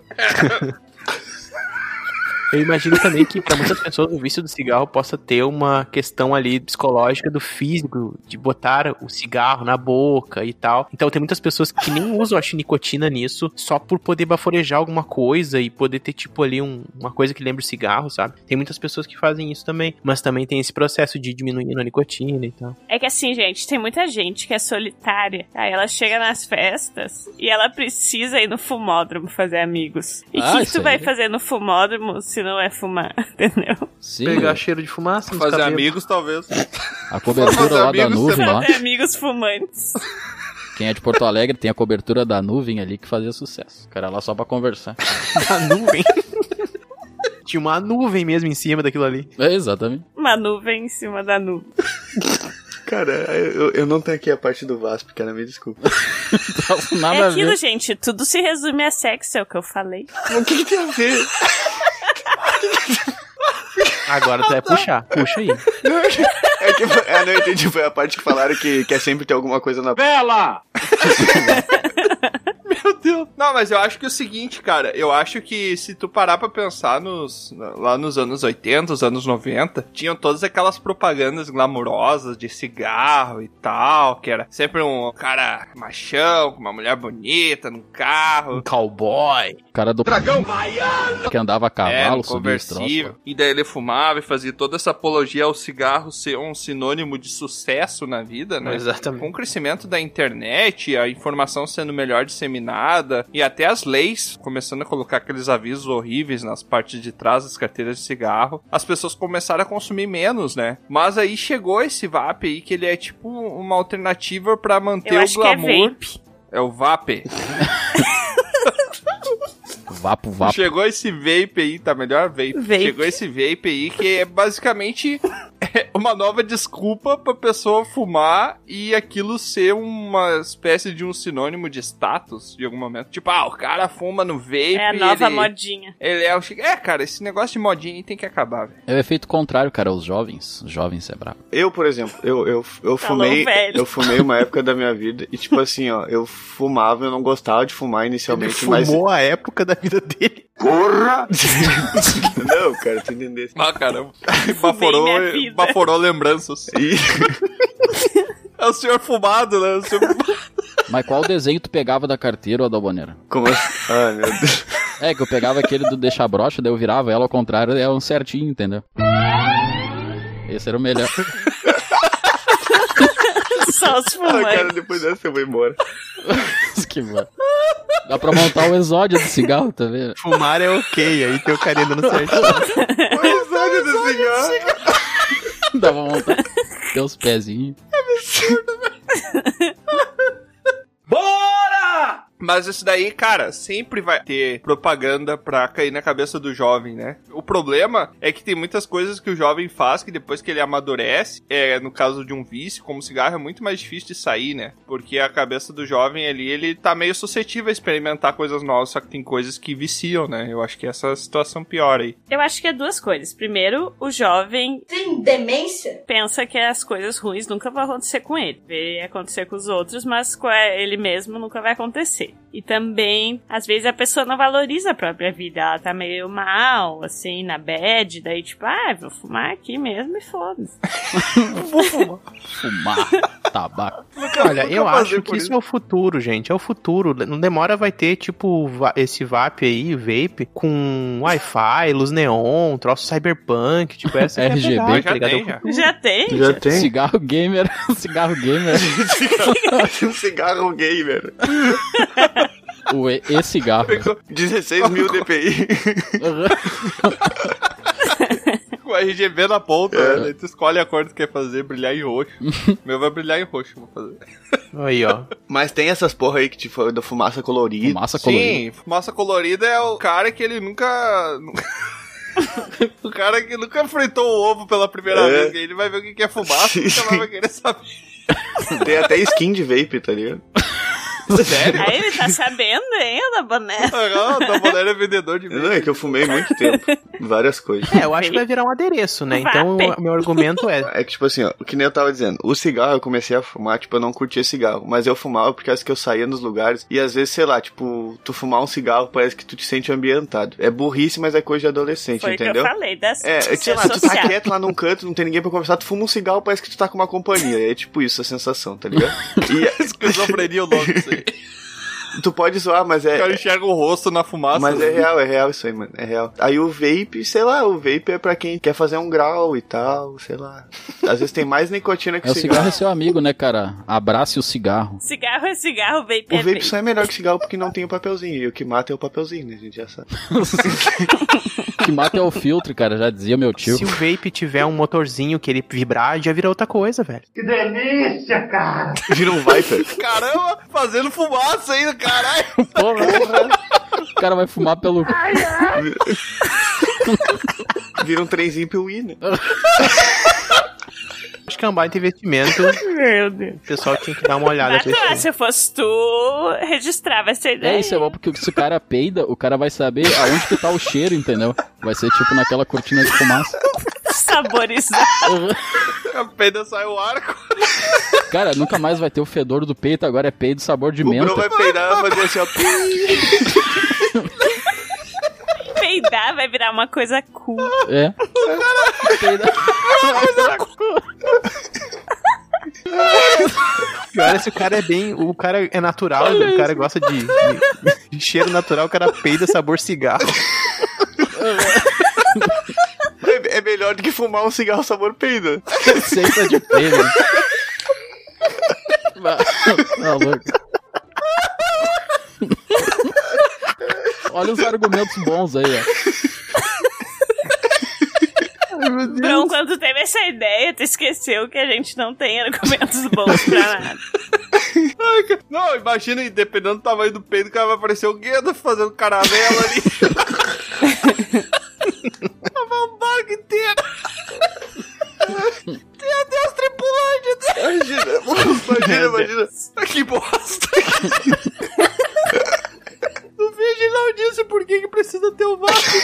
[SPEAKER 2] Eu imagino também que para muitas pessoas o vício do cigarro possa ter uma questão ali psicológica do físico, de botar o cigarro na boca e tal. Então tem muitas pessoas que nem usam, acho, nicotina nisso, só por poder baforejar alguma coisa e poder ter, tipo, ali um- uma coisa que lembra o cigarro, sabe? Tem muitas pessoas que fazem isso também, mas também tem esse processo de diminuir a nicotina e tal.
[SPEAKER 6] É que assim, gente, tem muita gente que é solitária. Aí ela chega nas festas e ela precisa ir no fumódromo fazer amigos. E o
[SPEAKER 7] Ah,
[SPEAKER 6] que que
[SPEAKER 7] isso
[SPEAKER 6] tu vai
[SPEAKER 7] aí.
[SPEAKER 6] fazer no fumódromo se não é fumar, entendeu?
[SPEAKER 7] Sim,
[SPEAKER 2] Pegar cheiro de fumaça, nos
[SPEAKER 4] Fazer
[SPEAKER 2] cabelos.
[SPEAKER 4] amigos, talvez.
[SPEAKER 7] a cobertura
[SPEAKER 4] Fazer
[SPEAKER 7] lá da
[SPEAKER 4] amigos,
[SPEAKER 7] nuvem lá.
[SPEAKER 6] Fazer amigos fumantes.
[SPEAKER 7] Quem é de Porto Alegre tem a cobertura da nuvem ali que fazia sucesso. O cara lá só pra conversar.
[SPEAKER 2] A nuvem. Tinha uma nuvem mesmo em cima daquilo ali.
[SPEAKER 7] É, exatamente.
[SPEAKER 6] Uma nuvem em cima da nuvem.
[SPEAKER 5] Cara, eu, eu não tenho aqui a parte do VASP, cara, me desculpa.
[SPEAKER 7] Então, Nada
[SPEAKER 6] é
[SPEAKER 7] a ver.
[SPEAKER 6] aquilo, gente. Tudo se resume a sexo, é o que eu falei.
[SPEAKER 5] O que, que tem a ver?
[SPEAKER 2] Agora tu vai puxar. Puxa aí.
[SPEAKER 5] É que, é, não eu entendi, foi a parte que falaram que quer sempre ter alguma coisa na
[SPEAKER 10] Vela!
[SPEAKER 4] Meu Deus. Não, mas eu acho que é o seguinte, cara. Eu acho que se tu parar pra pensar nos, lá nos anos 80, os anos 90, tinham todas aquelas propagandas glamourosas de cigarro e tal, que era sempre um cara machão, com uma mulher bonita, num carro.
[SPEAKER 2] Cowboy.
[SPEAKER 7] O cara do
[SPEAKER 10] Dragão!
[SPEAKER 7] que andava a
[SPEAKER 4] é, num
[SPEAKER 7] Um cavalo, subia né? os troços.
[SPEAKER 4] conversível. E daí ele fumava e fazia toda essa apologia ao cigarro ser um sinônimo de sucesso na vida, né?
[SPEAKER 2] Exatamente.
[SPEAKER 4] Com o crescimento da internet, a informação sendo melhor disseminada e até as leis começando a colocar aqueles avisos horríveis nas partes de trás das carteiras de cigarro, as pessoas começaram a consumir menos, né? Mas aí chegou esse VAP aí que ele é tipo uma alternativa pra manter
[SPEAKER 6] Eu
[SPEAKER 4] o
[SPEAKER 6] acho que é
[SPEAKER 4] glamour.
[SPEAKER 6] vape.
[SPEAKER 4] é o VAP.
[SPEAKER 7] Vapo, vapo.
[SPEAKER 4] Chegou esse vape aí, tá melhor vape.
[SPEAKER 6] Vape.
[SPEAKER 4] Chegou esse vape aí que é basicamente uma nova desculpa pra pessoa fumar e aquilo ser uma espécie de um sinônimo de status de algum momento. Tipo, ah, o cara fuma no vape.
[SPEAKER 6] É a nova
[SPEAKER 4] ele,
[SPEAKER 6] modinha.
[SPEAKER 4] Ele é o chique. É, cara, esse negócio de modinha aí tem que acabar, velho.
[SPEAKER 7] É o efeito contrário, cara. Os jovens. Os jovens é brabo.
[SPEAKER 5] Eu, por exemplo, eu, eu, eu
[SPEAKER 6] Falou
[SPEAKER 5] fumei.
[SPEAKER 6] velho.
[SPEAKER 5] Eu fumei uma época da minha vida. E tipo assim, ó, eu fumava, eu não gostava de fumar
[SPEAKER 11] Ele
[SPEAKER 5] inicialmente, mas.
[SPEAKER 11] fumou a época da vida dele.
[SPEAKER 8] Porra!
[SPEAKER 5] Não, cara, tu entendeu?
[SPEAKER 4] Ah, caramba. baforou,
[SPEAKER 6] minha vida.
[SPEAKER 4] baforou lembranças. é o senhor fumado, né? O senhor...
[SPEAKER 7] Mas qual desenho tu pegava da carteira ou da boneira?
[SPEAKER 5] Como assim? Ah, meu Deus.
[SPEAKER 7] É, que eu pegava aquele do deixar broxa, daí eu virava ela ao contrário, é um certinho, entendeu? Esse era o melhor.
[SPEAKER 6] Só os
[SPEAKER 5] Ah,
[SPEAKER 6] fumantes.
[SPEAKER 5] cara, depois dessa eu vou embora.
[SPEAKER 7] que mano. Dá pra montar o exódio do cigarro, tá vendo?
[SPEAKER 11] Fumar é ok, aí teu carinha dando certinho.
[SPEAKER 5] Pois é, do senhor.
[SPEAKER 7] Dá pra montar teus pezinhos.
[SPEAKER 4] Mas isso daí, cara, sempre vai ter propaganda pra cair na cabeça do jovem, né? O problema é que tem muitas coisas que o jovem faz que depois que ele amadurece, é no caso de um vício, como cigarro, é muito mais difícil de sair, né? Porque a cabeça do jovem ali, ele tá meio suscetível a experimentar coisas novas, só que tem coisas que viciam, né? Eu acho que essa é a situação pior aí.
[SPEAKER 6] Eu acho que é duas coisas. Primeiro, o jovem
[SPEAKER 9] Tem demência?
[SPEAKER 6] pensa que as coisas ruins nunca vão acontecer com ele. Vê acontecer com os outros, mas com é, ele mesmo nunca vai acontecer. E também, às vezes, a pessoa não valoriza a própria vida. Ela tá meio mal, assim, na bad. Daí, tipo, ah, vou fumar aqui mesmo e foda-se.
[SPEAKER 7] Fumar, tabaco.
[SPEAKER 2] Olha, eu
[SPEAKER 4] passei
[SPEAKER 2] acho
[SPEAKER 4] por
[SPEAKER 2] que isso é o futuro, gente. É o futuro. Não demora, vai ter, tipo, va- esse VAP aí, vape, com Wi-Fi, luz neon, troço cyberpunk, tipo, essa que é a
[SPEAKER 7] RGB,
[SPEAKER 2] verdade,
[SPEAKER 4] já
[SPEAKER 2] tá ligado?
[SPEAKER 4] tem, já.
[SPEAKER 6] Já tem?
[SPEAKER 5] Já tem.
[SPEAKER 7] Cigarro gamer, cigarro gamer.
[SPEAKER 5] Um assim, cigarro gay, velho.
[SPEAKER 7] O e- e cigarro.
[SPEAKER 5] 16 mil DPI.
[SPEAKER 4] Com RGB na ponta, né? Daí Tu escolhe a cor que tu quer fazer, brilhar em roxo. O Meu vai brilhar em roxo, vou fazer.
[SPEAKER 2] Aí, ó.
[SPEAKER 5] Mas tem essas porra aí que tipo, da fumaça colorida.
[SPEAKER 7] Massa colorida.
[SPEAKER 4] Sim, fumaça colorida é o cara que ele nunca. o cara que nunca fritou o ovo pela primeira
[SPEAKER 5] É.
[SPEAKER 4] vez. que Ele vai ver o que que é fumaça e nunca mais vai querer saber.
[SPEAKER 5] Tem até skin de vape, tá ligado?
[SPEAKER 4] Sério?
[SPEAKER 6] Aí ele tá sabendo, hein, da boné.
[SPEAKER 4] Não, o Dobolero é vendedor de
[SPEAKER 5] Não, é que eu fumei muito tempo. Várias coisas.
[SPEAKER 2] É, eu acho que vai virar um adereço, né? Então,
[SPEAKER 6] VAP.
[SPEAKER 2] o meu argumento é.
[SPEAKER 5] É que, tipo assim, ó, o que nem eu tava dizendo, o cigarro eu comecei a fumar, tipo, eu não curtia cigarro, mas eu fumava por causa que eu saía nos lugares e às vezes, sei lá, tipo, tu fumar um cigarro parece que tu te sente ambientado. É burrice, mas é coisa de adolescente,
[SPEAKER 6] Foi o que eu
[SPEAKER 5] entendeu?
[SPEAKER 6] falei, das
[SPEAKER 5] É, é, sei lá, tu tá
[SPEAKER 6] social.
[SPEAKER 5] quieto lá num canto, não tem ninguém pra conversar, tu fuma um cigarro, parece que tu tá com uma companhia. É tipo isso a sensação, tá ligado?
[SPEAKER 4] esquizofrenia, é o nome disso aí.
[SPEAKER 5] E tu pode zoar, mas
[SPEAKER 4] O cara
[SPEAKER 5] é.
[SPEAKER 4] enxerga o rosto na fumaça.
[SPEAKER 5] Mas é real, é real isso aí, mano. É real. Aí o vape, sei lá, o vape é pra quem quer fazer um grau e tal, sei lá. Às vezes tem mais nicotina que
[SPEAKER 7] É, o
[SPEAKER 5] cigarro.
[SPEAKER 7] cigarro é seu amigo, né, cara? Abrace o cigarro.
[SPEAKER 6] Cigarro é cigarro, vape
[SPEAKER 5] O
[SPEAKER 6] é
[SPEAKER 5] vape
[SPEAKER 6] vape.
[SPEAKER 5] só é melhor que cigarro porque não tem o papelzinho. E o que mata é o papelzinho, né? A gente já sabe.
[SPEAKER 7] Que mata é o filtro, cara, já dizia meu tio.
[SPEAKER 2] Se o vape tiver um motorzinho que ele vibrar, já vira outra coisa, velho.
[SPEAKER 8] Que delícia, cara!
[SPEAKER 5] Vira um Viper.
[SPEAKER 4] Caramba, fazendo fumaça ainda, caralho.
[SPEAKER 7] Porra. O cara vai fumar pelo.
[SPEAKER 5] Vira um trenzinho pro Wii, né?
[SPEAKER 2] Acho que Ambain tem investimento, o
[SPEAKER 6] Meu Deus.
[SPEAKER 2] pessoal tinha que dar uma olhada.
[SPEAKER 6] Mas,
[SPEAKER 2] pra isso.
[SPEAKER 6] claro, se eu fosse tu, registrava essa ideia.
[SPEAKER 7] É isso, é bom porque se o cara peida, o cara vai saber aonde que tá o cheiro, entendeu? Vai ser tipo naquela cortina de fumaça.
[SPEAKER 6] Saborizar.
[SPEAKER 4] A peida sai o arco.
[SPEAKER 7] Cara, nunca mais vai ter o fedor do peito, agora é peido sabor de
[SPEAKER 5] O Bruno
[SPEAKER 7] menta.
[SPEAKER 5] vai peidar e vai fazer assim, ó.
[SPEAKER 6] Peidar vai virar uma coisa cool.
[SPEAKER 7] É. Peida.
[SPEAKER 2] Pior é se o cara é bem. O cara é natural, o cara gosta de, de- de cheiro natural, o cara peida sabor cigarro.
[SPEAKER 5] É, é melhor do que fumar um cigarro sabor peido.
[SPEAKER 7] Receita de peido. Tá louco. Olha os argumentos bons aí, ó.
[SPEAKER 6] Bron, quando teve essa ideia, tu esqueceu que a gente não tem argumentos bons pra nada.
[SPEAKER 4] Ai, cara. Não, imagina, e dependendo do tamanho do peito, o cara vai aparecer o Guedo fazendo caramelo ali. Tava um barco inteiro.
[SPEAKER 5] Imagina, imagina.
[SPEAKER 4] Tá Que bosta. No vídeo não disse por que, que precisa ter o vácuo.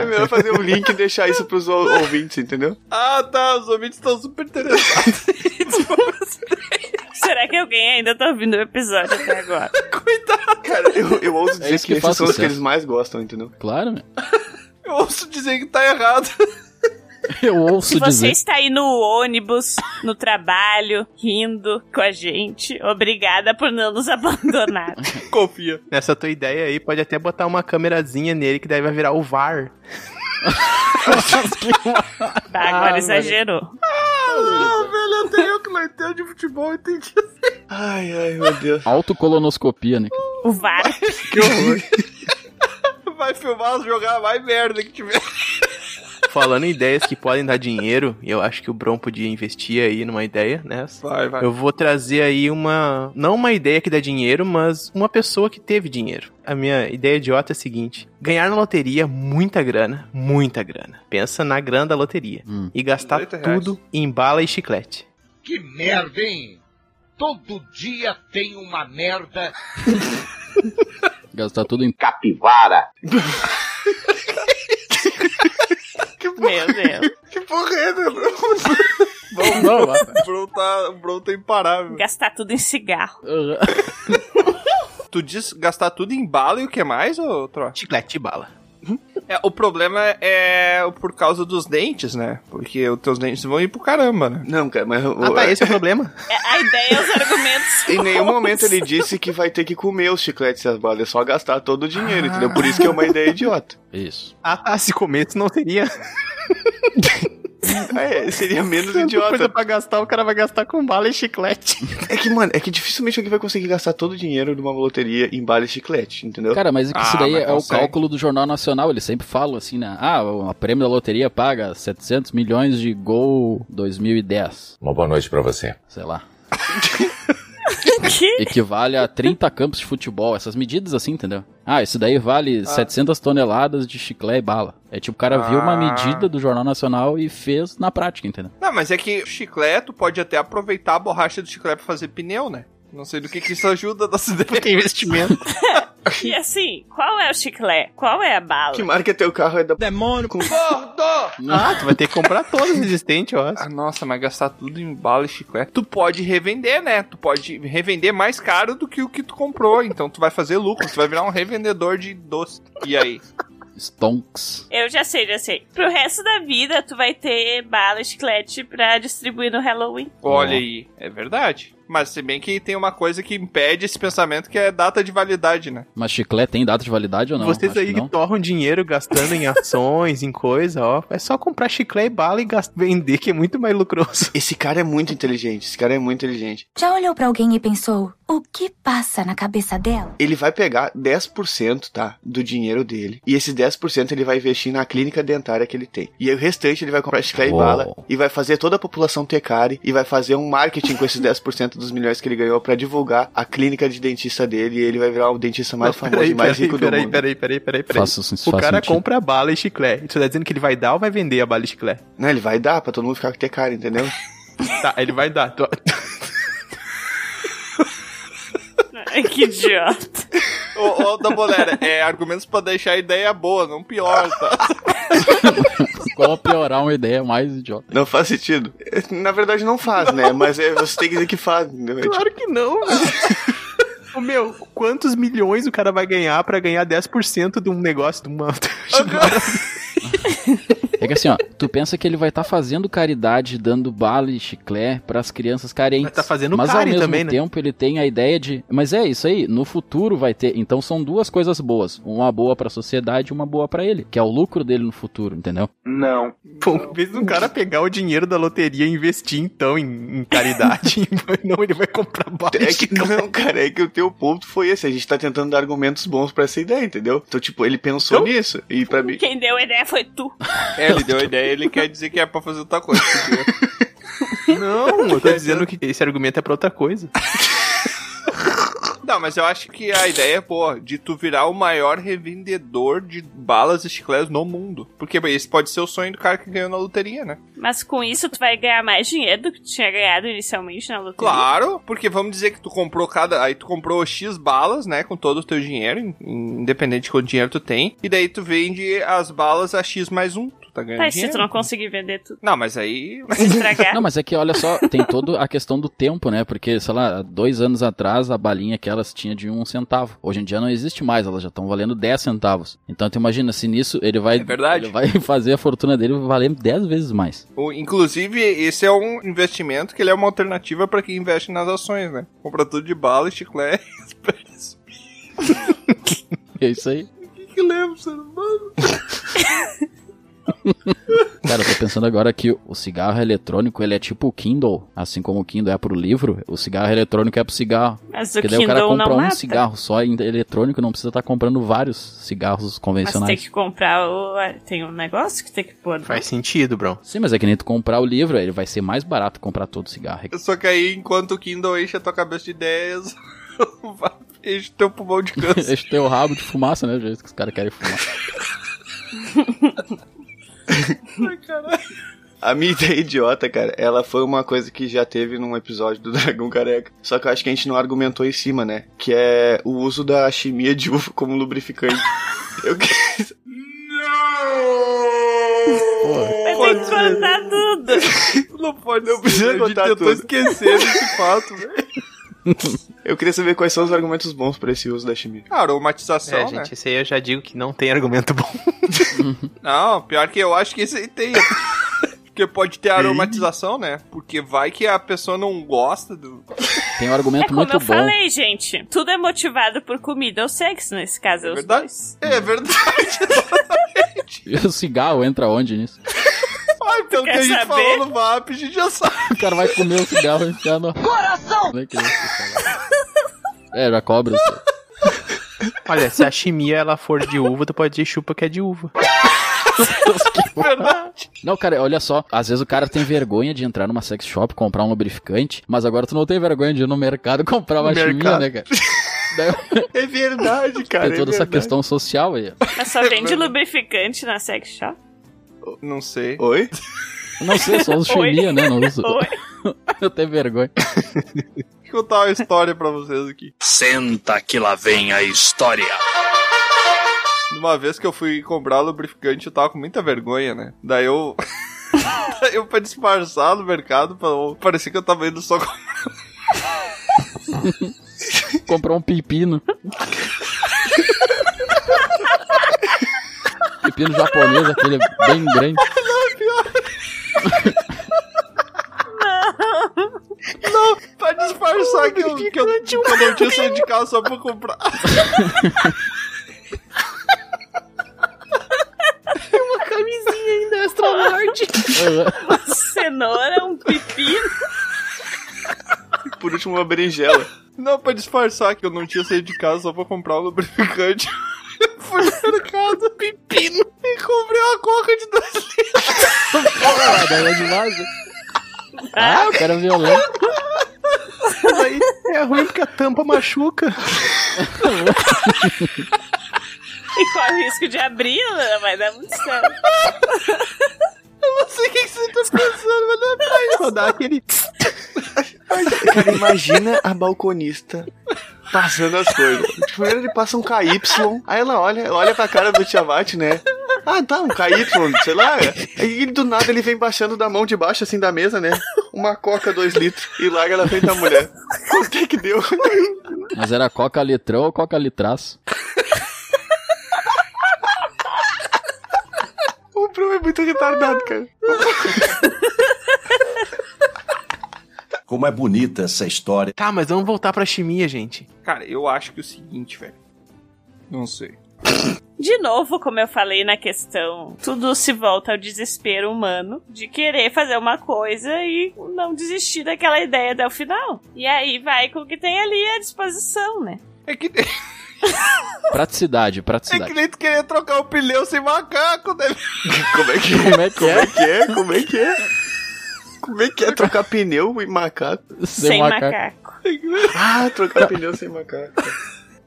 [SPEAKER 5] É melhor fazer um link e deixar isso pros ou- ouvintes, entendeu?
[SPEAKER 4] ah, tá. Os ouvintes estão super interessados.
[SPEAKER 6] Será que alguém ainda tá ouvindo o episódio até agora?
[SPEAKER 5] Cara, eu, eu ouso dizer
[SPEAKER 7] É isso
[SPEAKER 5] que,
[SPEAKER 7] que
[SPEAKER 5] esses
[SPEAKER 7] faz
[SPEAKER 5] são os que
[SPEAKER 7] sucesso.
[SPEAKER 5] eles mais gostam, entendeu?
[SPEAKER 7] Claro, né? meu.
[SPEAKER 4] Eu ouço dizer que tá errado.
[SPEAKER 7] Eu
[SPEAKER 6] Se
[SPEAKER 7] ouço
[SPEAKER 6] você
[SPEAKER 7] dizer.
[SPEAKER 6] está aí no ônibus, no trabalho, rindo com a gente, obrigada por não nos abandonar.
[SPEAKER 4] Confia.
[SPEAKER 2] Nessa tua ideia aí, pode até botar uma câmerazinha nele, que daí vai virar o VAR.
[SPEAKER 6] Tá, agora
[SPEAKER 2] Ah,
[SPEAKER 6] exagerou.
[SPEAKER 4] Ah, velho, até eu que não entendo de futebol, entendi.
[SPEAKER 5] Ai, ai, meu Deus.
[SPEAKER 7] Autocolonoscopia, né?
[SPEAKER 6] O VAR.
[SPEAKER 4] Vai filmar, jogar mais merda que tiver.
[SPEAKER 2] Falando em ideias que podem dar dinheiro, e eu acho que o Bron podia investir aí numa ideia, né?
[SPEAKER 4] Vai, vai.
[SPEAKER 2] Eu vou trazer aí uma. Não uma ideia que dá dinheiro, mas uma pessoa que teve dinheiro. A minha ideia idiota é a seguinte: ganhar na loteria é muita grana, muita grana. Pensa na grana da loteria.
[SPEAKER 7] Hum.
[SPEAKER 2] E gastar
[SPEAKER 4] 18 reais.
[SPEAKER 2] tudo em bala e chiclete.
[SPEAKER 8] Que merda, hein? Todo dia tem uma merda.
[SPEAKER 7] Gastar tudo em.
[SPEAKER 8] Capivara.
[SPEAKER 6] Meu Deus.
[SPEAKER 4] Que porra é, meu?
[SPEAKER 7] Não,
[SPEAKER 4] O Bron tá, o Bron tá imparável.
[SPEAKER 6] Gastar tudo em cigarro.
[SPEAKER 4] Tu diz gastar tudo em bala e o que mais, ô Tro?
[SPEAKER 2] Chiclete e bala.
[SPEAKER 4] É, o problema é por causa dos dentes, né? Porque os teus dentes vão ir pro caramba, né?
[SPEAKER 5] Não, cara, mas. eu-
[SPEAKER 2] Ah, tá, esse é o problema.
[SPEAKER 6] É, A ideia é os argumentos.
[SPEAKER 5] Em nenhum
[SPEAKER 6] bons.
[SPEAKER 5] momento ele disse que vai ter que comer os chicletes e as balas, é só gastar todo o dinheiro, entendeu? Por isso que é uma ideia idiota.
[SPEAKER 7] Isso.
[SPEAKER 2] Ah, tá, se começo não seria.
[SPEAKER 5] É, seria menos
[SPEAKER 2] coisa
[SPEAKER 5] idiota.
[SPEAKER 2] pra gastar, o cara vai gastar com bala e chiclete.
[SPEAKER 5] É que, mano, é que dificilmente alguém vai conseguir gastar todo o dinheiro de uma loteria em bala e chiclete, entendeu?
[SPEAKER 7] Cara, mas é que isso
[SPEAKER 4] Ah,
[SPEAKER 7] daí
[SPEAKER 4] mas
[SPEAKER 7] é o
[SPEAKER 4] consegue.
[SPEAKER 7] cálculo do Jornal Nacional. Eles sempre falam assim, né? Ah, o prêmio da loteria paga 700 milhões de Gol 2010.
[SPEAKER 12] Uma boa noite pra você.
[SPEAKER 7] Sei lá.
[SPEAKER 6] Que?
[SPEAKER 7] Equivale a 30 campos de futebol. Essas medidas assim, entendeu? Ah, isso daí vale 700 toneladas de chiclete e bala. É tipo, o cara viu uma
[SPEAKER 4] Ah.
[SPEAKER 7] medida do Jornal Nacional e fez na prática, entendeu?
[SPEAKER 4] Não, mas é que o chiclete tu pode até aproveitar a borracha do chiclete pra fazer pneu, né? Não sei do que, que é isso ajuda da ideia.
[SPEAKER 2] Tem investimento.
[SPEAKER 6] E assim, qual é o chiclete? Qual é a bala?
[SPEAKER 5] Que marca teu carro é da. Demônio! Com...
[SPEAKER 2] Ah, tu vai ter que comprar todos existentes, eu acho.
[SPEAKER 4] Ah, nossa, mas gastar tudo em bala e chiclete. Tu pode revender, né? Tu pode revender mais caro do que o que tu comprou. Então tu vai fazer lucro, tu vai virar um revendedor de doce. E aí?
[SPEAKER 7] Stonks.
[SPEAKER 6] Eu já sei, já sei. Pro resto da vida, tu vai ter bala e chiclete pra distribuir no Halloween.
[SPEAKER 4] Olha aí, é verdade. Mas se bem que tem uma coisa que impede esse pensamento que é data de validade, né?
[SPEAKER 7] Mas chiclete tem data de validade ou não?
[SPEAKER 2] Vocês
[SPEAKER 7] Acho
[SPEAKER 2] aí
[SPEAKER 7] que
[SPEAKER 2] que
[SPEAKER 7] não.
[SPEAKER 2] torram dinheiro gastando em ações, em coisa, ó. É só comprar chiclete e bala e gas- vender, que é muito mais lucroso.
[SPEAKER 5] Esse cara é muito inteligente, esse cara é muito inteligente.
[SPEAKER 9] Já olhou pra alguém e pensou, o que passa na cabeça dela?
[SPEAKER 5] Ele vai pegar 10%, tá? Do dinheiro dele. E esse 10% ele vai investir na clínica dentária que ele tem. E aí o restante ele vai comprar chiclete e
[SPEAKER 7] Uou.
[SPEAKER 5] bala. E vai fazer toda a população ter cárie. E vai fazer um marketing com esses 10% dos milhões que ele ganhou pra divulgar a clínica de dentista dele. E ele vai virar o dentista mais
[SPEAKER 2] Não,
[SPEAKER 5] famoso e mais rico do
[SPEAKER 2] peraí,
[SPEAKER 5] mundo.
[SPEAKER 2] peraí, peraí, peraí, peraí.
[SPEAKER 7] Faça isso,
[SPEAKER 2] O
[SPEAKER 7] faz
[SPEAKER 2] cara
[SPEAKER 7] sentido.
[SPEAKER 2] compra bala e chiclete. Tu tá dizendo que ele vai dar ou vai vender a bala e chiclete?
[SPEAKER 5] Não, ele vai dar pra todo mundo ficar com ter cárie, entendeu?
[SPEAKER 2] Tá, ele vai dar. Tu-
[SPEAKER 6] Ai, que idiota.
[SPEAKER 4] Ô, ô da bolera, é argumentos pra deixar a ideia boa, não pior, tá?
[SPEAKER 7] Qual piorar uma ideia mais idiota?
[SPEAKER 5] Não faz sentido. Na verdade não faz, né? Mas é, você tem que dizer que faz, entendeu? É tipo-
[SPEAKER 2] Claro que não, velho. Ô, Meu, quantos milhões o cara vai ganhar pra ganhar 10% de um negócio, de uma...
[SPEAKER 7] É que assim, ó, tu pensa que ele vai estar fazendo caridade, dando bala e chiclete pras crianças carentes.
[SPEAKER 2] Vai tá fazendo
[SPEAKER 7] Mas ao
[SPEAKER 2] cárie
[SPEAKER 7] mesmo
[SPEAKER 2] também, né?
[SPEAKER 7] tempo ele tem a ideia de, mas é isso aí, no futuro vai ter. Então são duas coisas boas, uma boa pra sociedade e uma boa pra ele, que é o lucro dele no futuro, entendeu?
[SPEAKER 8] Não.
[SPEAKER 2] Pô, em vez de um cara pegar o dinheiro da loteria e investir, então, em, em caridade, não, ele vai comprar bala
[SPEAKER 5] É
[SPEAKER 2] e
[SPEAKER 5] que
[SPEAKER 2] chiclete.
[SPEAKER 5] não, cara, é que o teu ponto foi esse. A gente tá tentando dar argumentos bons pra essa ideia, entendeu? Então, tipo, ele pensou nisso. E pra mim.
[SPEAKER 6] Quem deu a ideia foi tu.
[SPEAKER 4] É, ele deu a ideia, ele quer dizer que é pra fazer outra coisa. entendeu?
[SPEAKER 2] Não, eu tô dizendo que esse argumento é pra outra coisa.
[SPEAKER 4] Não, mas eu acho que a ideia é boa, de tu virar o maior revendedor de balas e chicletes no mundo. Porque esse pode ser o sonho do cara que ganhou na loteria, né?
[SPEAKER 6] Mas com isso tu vai ganhar mais dinheiro do que tu tinha ganhado inicialmente na loteria.
[SPEAKER 4] Claro, porque vamos dizer que tu comprou cada. Aí tu comprou X balas, né? Com todo o teu dinheiro, in- independente de quanto dinheiro tu tem. E daí tu vende as balas a X mais um. Tu tá ganhando
[SPEAKER 6] Tá, e se
[SPEAKER 4] dinheiro.
[SPEAKER 6] tu não conseguir vender tudo,
[SPEAKER 4] Não, mas aí.
[SPEAKER 6] se estragar.
[SPEAKER 7] Não, mas é que olha só, tem toda a questão do tempo, né? Porque, sei lá, há dois anos atrás a balinha que elas tinha de um centavo. Hoje em dia não existe mais, elas já estão valendo 10 centavos. Então tu imagina, se nisso ele vai,
[SPEAKER 4] É verdade.
[SPEAKER 7] ele vai fazer a fortuna dele valer 10 vezes mais.
[SPEAKER 4] O- Inclusive, esse é um investimento que ele é uma alternativa pra quem investe nas ações, né? Compra tudo de bala e chiclete.
[SPEAKER 7] É isso aí.
[SPEAKER 4] O que, que lembra, ser humano?
[SPEAKER 7] Cara, eu tô pensando agora que o cigarro eletrônico, ele é tipo o Kindle. Assim como o Kindle é pro livro, o cigarro eletrônico é pro cigarro.
[SPEAKER 6] Mas o
[SPEAKER 7] Porque daí o cara
[SPEAKER 6] Kindle
[SPEAKER 7] compra
[SPEAKER 6] não
[SPEAKER 7] um
[SPEAKER 6] mata.
[SPEAKER 7] cigarro só em eletrônico, não precisa estar comprando vários cigarros
[SPEAKER 6] Mas tem
[SPEAKER 7] convencionais.
[SPEAKER 6] que comprar o. Tem um negócio que tem que pôr. né?
[SPEAKER 11] Faz sentido, bro.
[SPEAKER 7] Sim, mas é que nem tu comprar o livro, ele vai ser mais barato comprar todo o cigarro.
[SPEAKER 4] Só que aí, enquanto o Kindle enche a tua cabeça de ideias, vai- enche teu pulmão de câncer.
[SPEAKER 7] Esse teu rabo de fumaça, né? Do jeito que os caras querem fumar.
[SPEAKER 5] A minha ideia idiota, cara, ela foi uma coisa que já teve num episódio do Dragão Careca. Só que eu acho que a gente não argumentou em cima, né? Que é o uso da chimia de uva como lubrificante. Eu quis-
[SPEAKER 6] Mas tem que cortar tudo.
[SPEAKER 4] Não pode não
[SPEAKER 5] precisa
[SPEAKER 4] A gente
[SPEAKER 5] contar
[SPEAKER 4] tentou
[SPEAKER 5] tudo.
[SPEAKER 4] esquecer desse fato, velho.
[SPEAKER 5] Eu queria saber quais são os argumentos bons pra esse uso da chimia.
[SPEAKER 4] Ah, Aromatização,
[SPEAKER 11] É,
[SPEAKER 4] né?
[SPEAKER 11] gente, esse aí eu já digo que não tem argumento bom.
[SPEAKER 4] Não, pior que eu acho que esse aí tem. Porque pode ter aromatização, né? Porque vai que a pessoa não gosta do.
[SPEAKER 7] Tem um argumento
[SPEAKER 6] É como
[SPEAKER 7] muito
[SPEAKER 6] eu
[SPEAKER 7] bom.
[SPEAKER 6] falei, gente. Tudo é motivado por comida ou sexo, nesse caso. É os
[SPEAKER 4] verdade.
[SPEAKER 6] dois.
[SPEAKER 4] É verdade.
[SPEAKER 7] E o cigarro entra onde nisso?
[SPEAKER 4] Ai, pelo que
[SPEAKER 6] quer
[SPEAKER 4] a gente
[SPEAKER 6] saber?
[SPEAKER 4] falou no VAP, a gente já sabe.
[SPEAKER 7] O cara vai comer o cigarro e enfiar no. Coração! É, já cobra. isso.
[SPEAKER 11] Olha, se a chimia ela for de uva, tu pode dizer chupa que é de uva.
[SPEAKER 7] Não, cara, olha só. Às vezes o cara tem vergonha de entrar numa sex shop, comprar um lubrificante, mas agora tu não tem vergonha de ir no mercado comprar uma chimia, né, cara? Daí
[SPEAKER 5] É verdade, cara.
[SPEAKER 4] é
[SPEAKER 7] tem toda essa questão social aí.
[SPEAKER 6] Mas É só vende lubrificante na sex shop.
[SPEAKER 4] Não sei.
[SPEAKER 5] Oi?
[SPEAKER 7] Eu Não sei, só uso
[SPEAKER 6] Oi.
[SPEAKER 7] chimia, né? Não uso.
[SPEAKER 6] Oi.
[SPEAKER 7] Eu tenho vergonha.
[SPEAKER 4] Deixa eu contar uma história pra vocês aqui.
[SPEAKER 8] Senta que lá vem a história.
[SPEAKER 4] De Uma vez que eu fui comprar lubrificante, eu tava com muita vergonha, né? Daí eu. Daí eu pra disfarçar no mercado, pra... parecia que eu tava indo só com.
[SPEAKER 7] Comprar um pepino. pepino japonês, aquele bem grande.
[SPEAKER 4] Não, pra disfarçar que eu, que eu,
[SPEAKER 7] um
[SPEAKER 4] que eu não tinha saído de casa só pra comprar.
[SPEAKER 6] Cenoura, um pepino.
[SPEAKER 5] Por último, uma berinjela.
[SPEAKER 4] Não, pra disfarçar que eu não tinha saído de casa só pra comprar o lubrificante. Eu fui no mercado, pepino, e comprei uma coca de dois litros.
[SPEAKER 7] Ah, daí é demais, né? Ah, o cara é violento.
[SPEAKER 11] Mas aí é ruim porque a tampa machuca.
[SPEAKER 6] E corre o risco de abrir, né? vai dar muito certo.
[SPEAKER 4] Não sei o que, que você tá pensando, mas não é pra isso.
[SPEAKER 11] Só dá aquele.
[SPEAKER 5] Cara, imagina a balconista passando as coisas. Primeiro ele passa um KY, aí ela olha, olha pra cara do Tiamat, né? Ah, tá, um KY, sei lá. Aí do nada ele vem baixando da mão de baixo, assim, da mesa, né? Uma coca, dois litros, e larga na frente da mulher. Quanto é que deu?
[SPEAKER 7] Mas era coca litrão ou coca litraço?
[SPEAKER 5] O Bruno é muito retardado, cara.
[SPEAKER 8] Como é bonita essa história.
[SPEAKER 11] Tá, mas vamos voltar pra chimia, gente.
[SPEAKER 4] Cara, eu acho que é o seguinte, velho. Não sei.
[SPEAKER 6] De novo, como eu falei na questão, tudo se volta ao desespero humano de querer fazer uma coisa e não desistir daquela ideia até o final. E aí vai com o que tem ali à disposição, né?
[SPEAKER 4] É que,
[SPEAKER 7] Praticidade,
[SPEAKER 4] é que
[SPEAKER 7] praticidade.
[SPEAKER 4] nem tu querer trocar o pneu sem macaco, né?
[SPEAKER 5] Como é que é?
[SPEAKER 7] Como é que é?
[SPEAKER 5] Como é que é? Como é que é? Como é que é trocar pneu e macaco?
[SPEAKER 7] Sem
[SPEAKER 6] Sem
[SPEAKER 2] um
[SPEAKER 7] macaco.
[SPEAKER 6] macaco.
[SPEAKER 4] Que
[SPEAKER 5] Ah, trocar pneu sem macaco.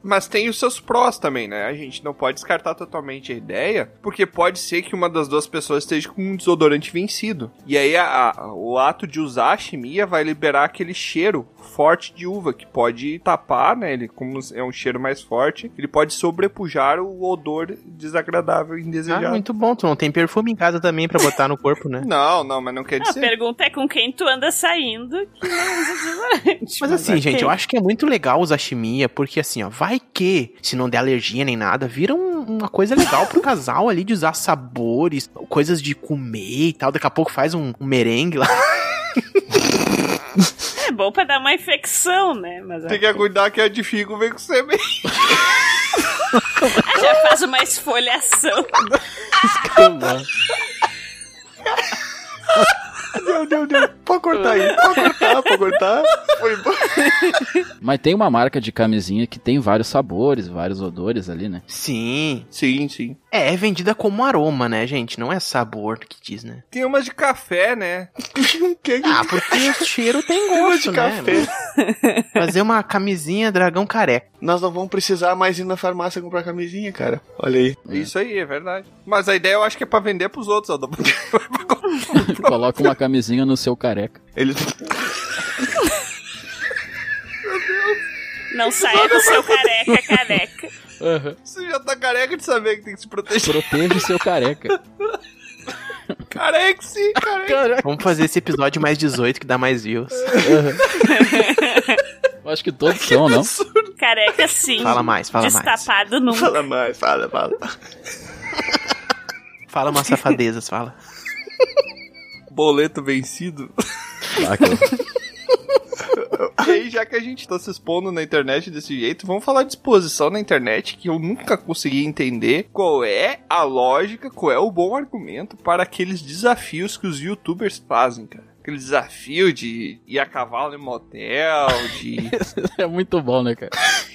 [SPEAKER 4] Mas tem os seus prós também, né? A gente não pode descartar totalmente a ideia, porque pode ser que uma das duas pessoas esteja com um desodorante vencido. E aí a- a- o ato de usar a chimia vai liberar aquele cheiro forte de uva, que pode tapar, né? Ele, como é um cheiro mais forte, ele pode sobrepujar o odor desagradável e indesejado.
[SPEAKER 2] Ah, muito bom. Tu não tem perfume em casa também pra botar no corpo, né?
[SPEAKER 4] Não, não, mas não quer
[SPEAKER 6] A
[SPEAKER 4] dizer.
[SPEAKER 6] pergunta é com quem tu anda saindo que não usa desodorante.
[SPEAKER 2] Mas assim, gente, eu
[SPEAKER 6] ok.
[SPEAKER 2] acho que é muito legal usar chimia, porque assim, ó, vai que, se não der alergia nem nada, vira um- uma coisa legal pro casal ali de usar sabores, coisas de comer e tal. Daqui a pouco faz um, um merengue lá.
[SPEAKER 6] É bom pra dar uma infecção, né? Mas
[SPEAKER 4] Tem que cuidar que a de figo vem com semente.
[SPEAKER 6] Ah, já faz uma esfoliação.
[SPEAKER 5] Meu Deus, Deus. Pode cortar aí. Pode cortar, pode cortar. Foi embora.
[SPEAKER 7] Mas tem uma marca de camisinha que tem vários sabores, vários odores ali, né?
[SPEAKER 2] Sim.
[SPEAKER 4] Sim, sim.
[SPEAKER 2] É, é vendida como aroma, né, gente? Não é sabor que diz, né?
[SPEAKER 4] Tem umas de café, né?
[SPEAKER 2] Ah, porque o cheiro tem gosto,
[SPEAKER 5] é de
[SPEAKER 2] né?
[SPEAKER 5] café.
[SPEAKER 2] mano? Fazer uma camisinha dragão careca.
[SPEAKER 5] Nós não vamos precisar mais ir na farmácia comprar camisinha, cara. Olha aí.
[SPEAKER 4] Isso aí, é verdade. Mas a ideia eu acho que é pra vender pros outros, ó.
[SPEAKER 7] Coloca uma camisinha no seu careca.
[SPEAKER 5] Eles.
[SPEAKER 6] Não saia do seu careca, careca.
[SPEAKER 4] Você já tá careca de saber que tem que se proteger.
[SPEAKER 7] Proteja o seu careca.
[SPEAKER 4] Careca-se, careca.
[SPEAKER 2] Vamos fazer esse episódio mais 18 que dá mais views.
[SPEAKER 7] Eu acho que todos são, não?
[SPEAKER 6] Careca sim.
[SPEAKER 2] Fala mais, fala mais.
[SPEAKER 6] Destapado nunca.
[SPEAKER 5] Fala mais, fala, fala.
[SPEAKER 2] Fala umas safadezas, fala.
[SPEAKER 4] Boleto vencido.
[SPEAKER 7] Ah,
[SPEAKER 4] E aí, já que a gente tá se expondo na internet desse jeito, vamos falar de exposição na internet que eu nunca consegui entender qual é a lógica, qual é o bom argumento para aqueles desafios que os youtubers fazem, cara. Aquele desafio de ir a cavalo em motel, de.
[SPEAKER 7] É muito bom, né, cara?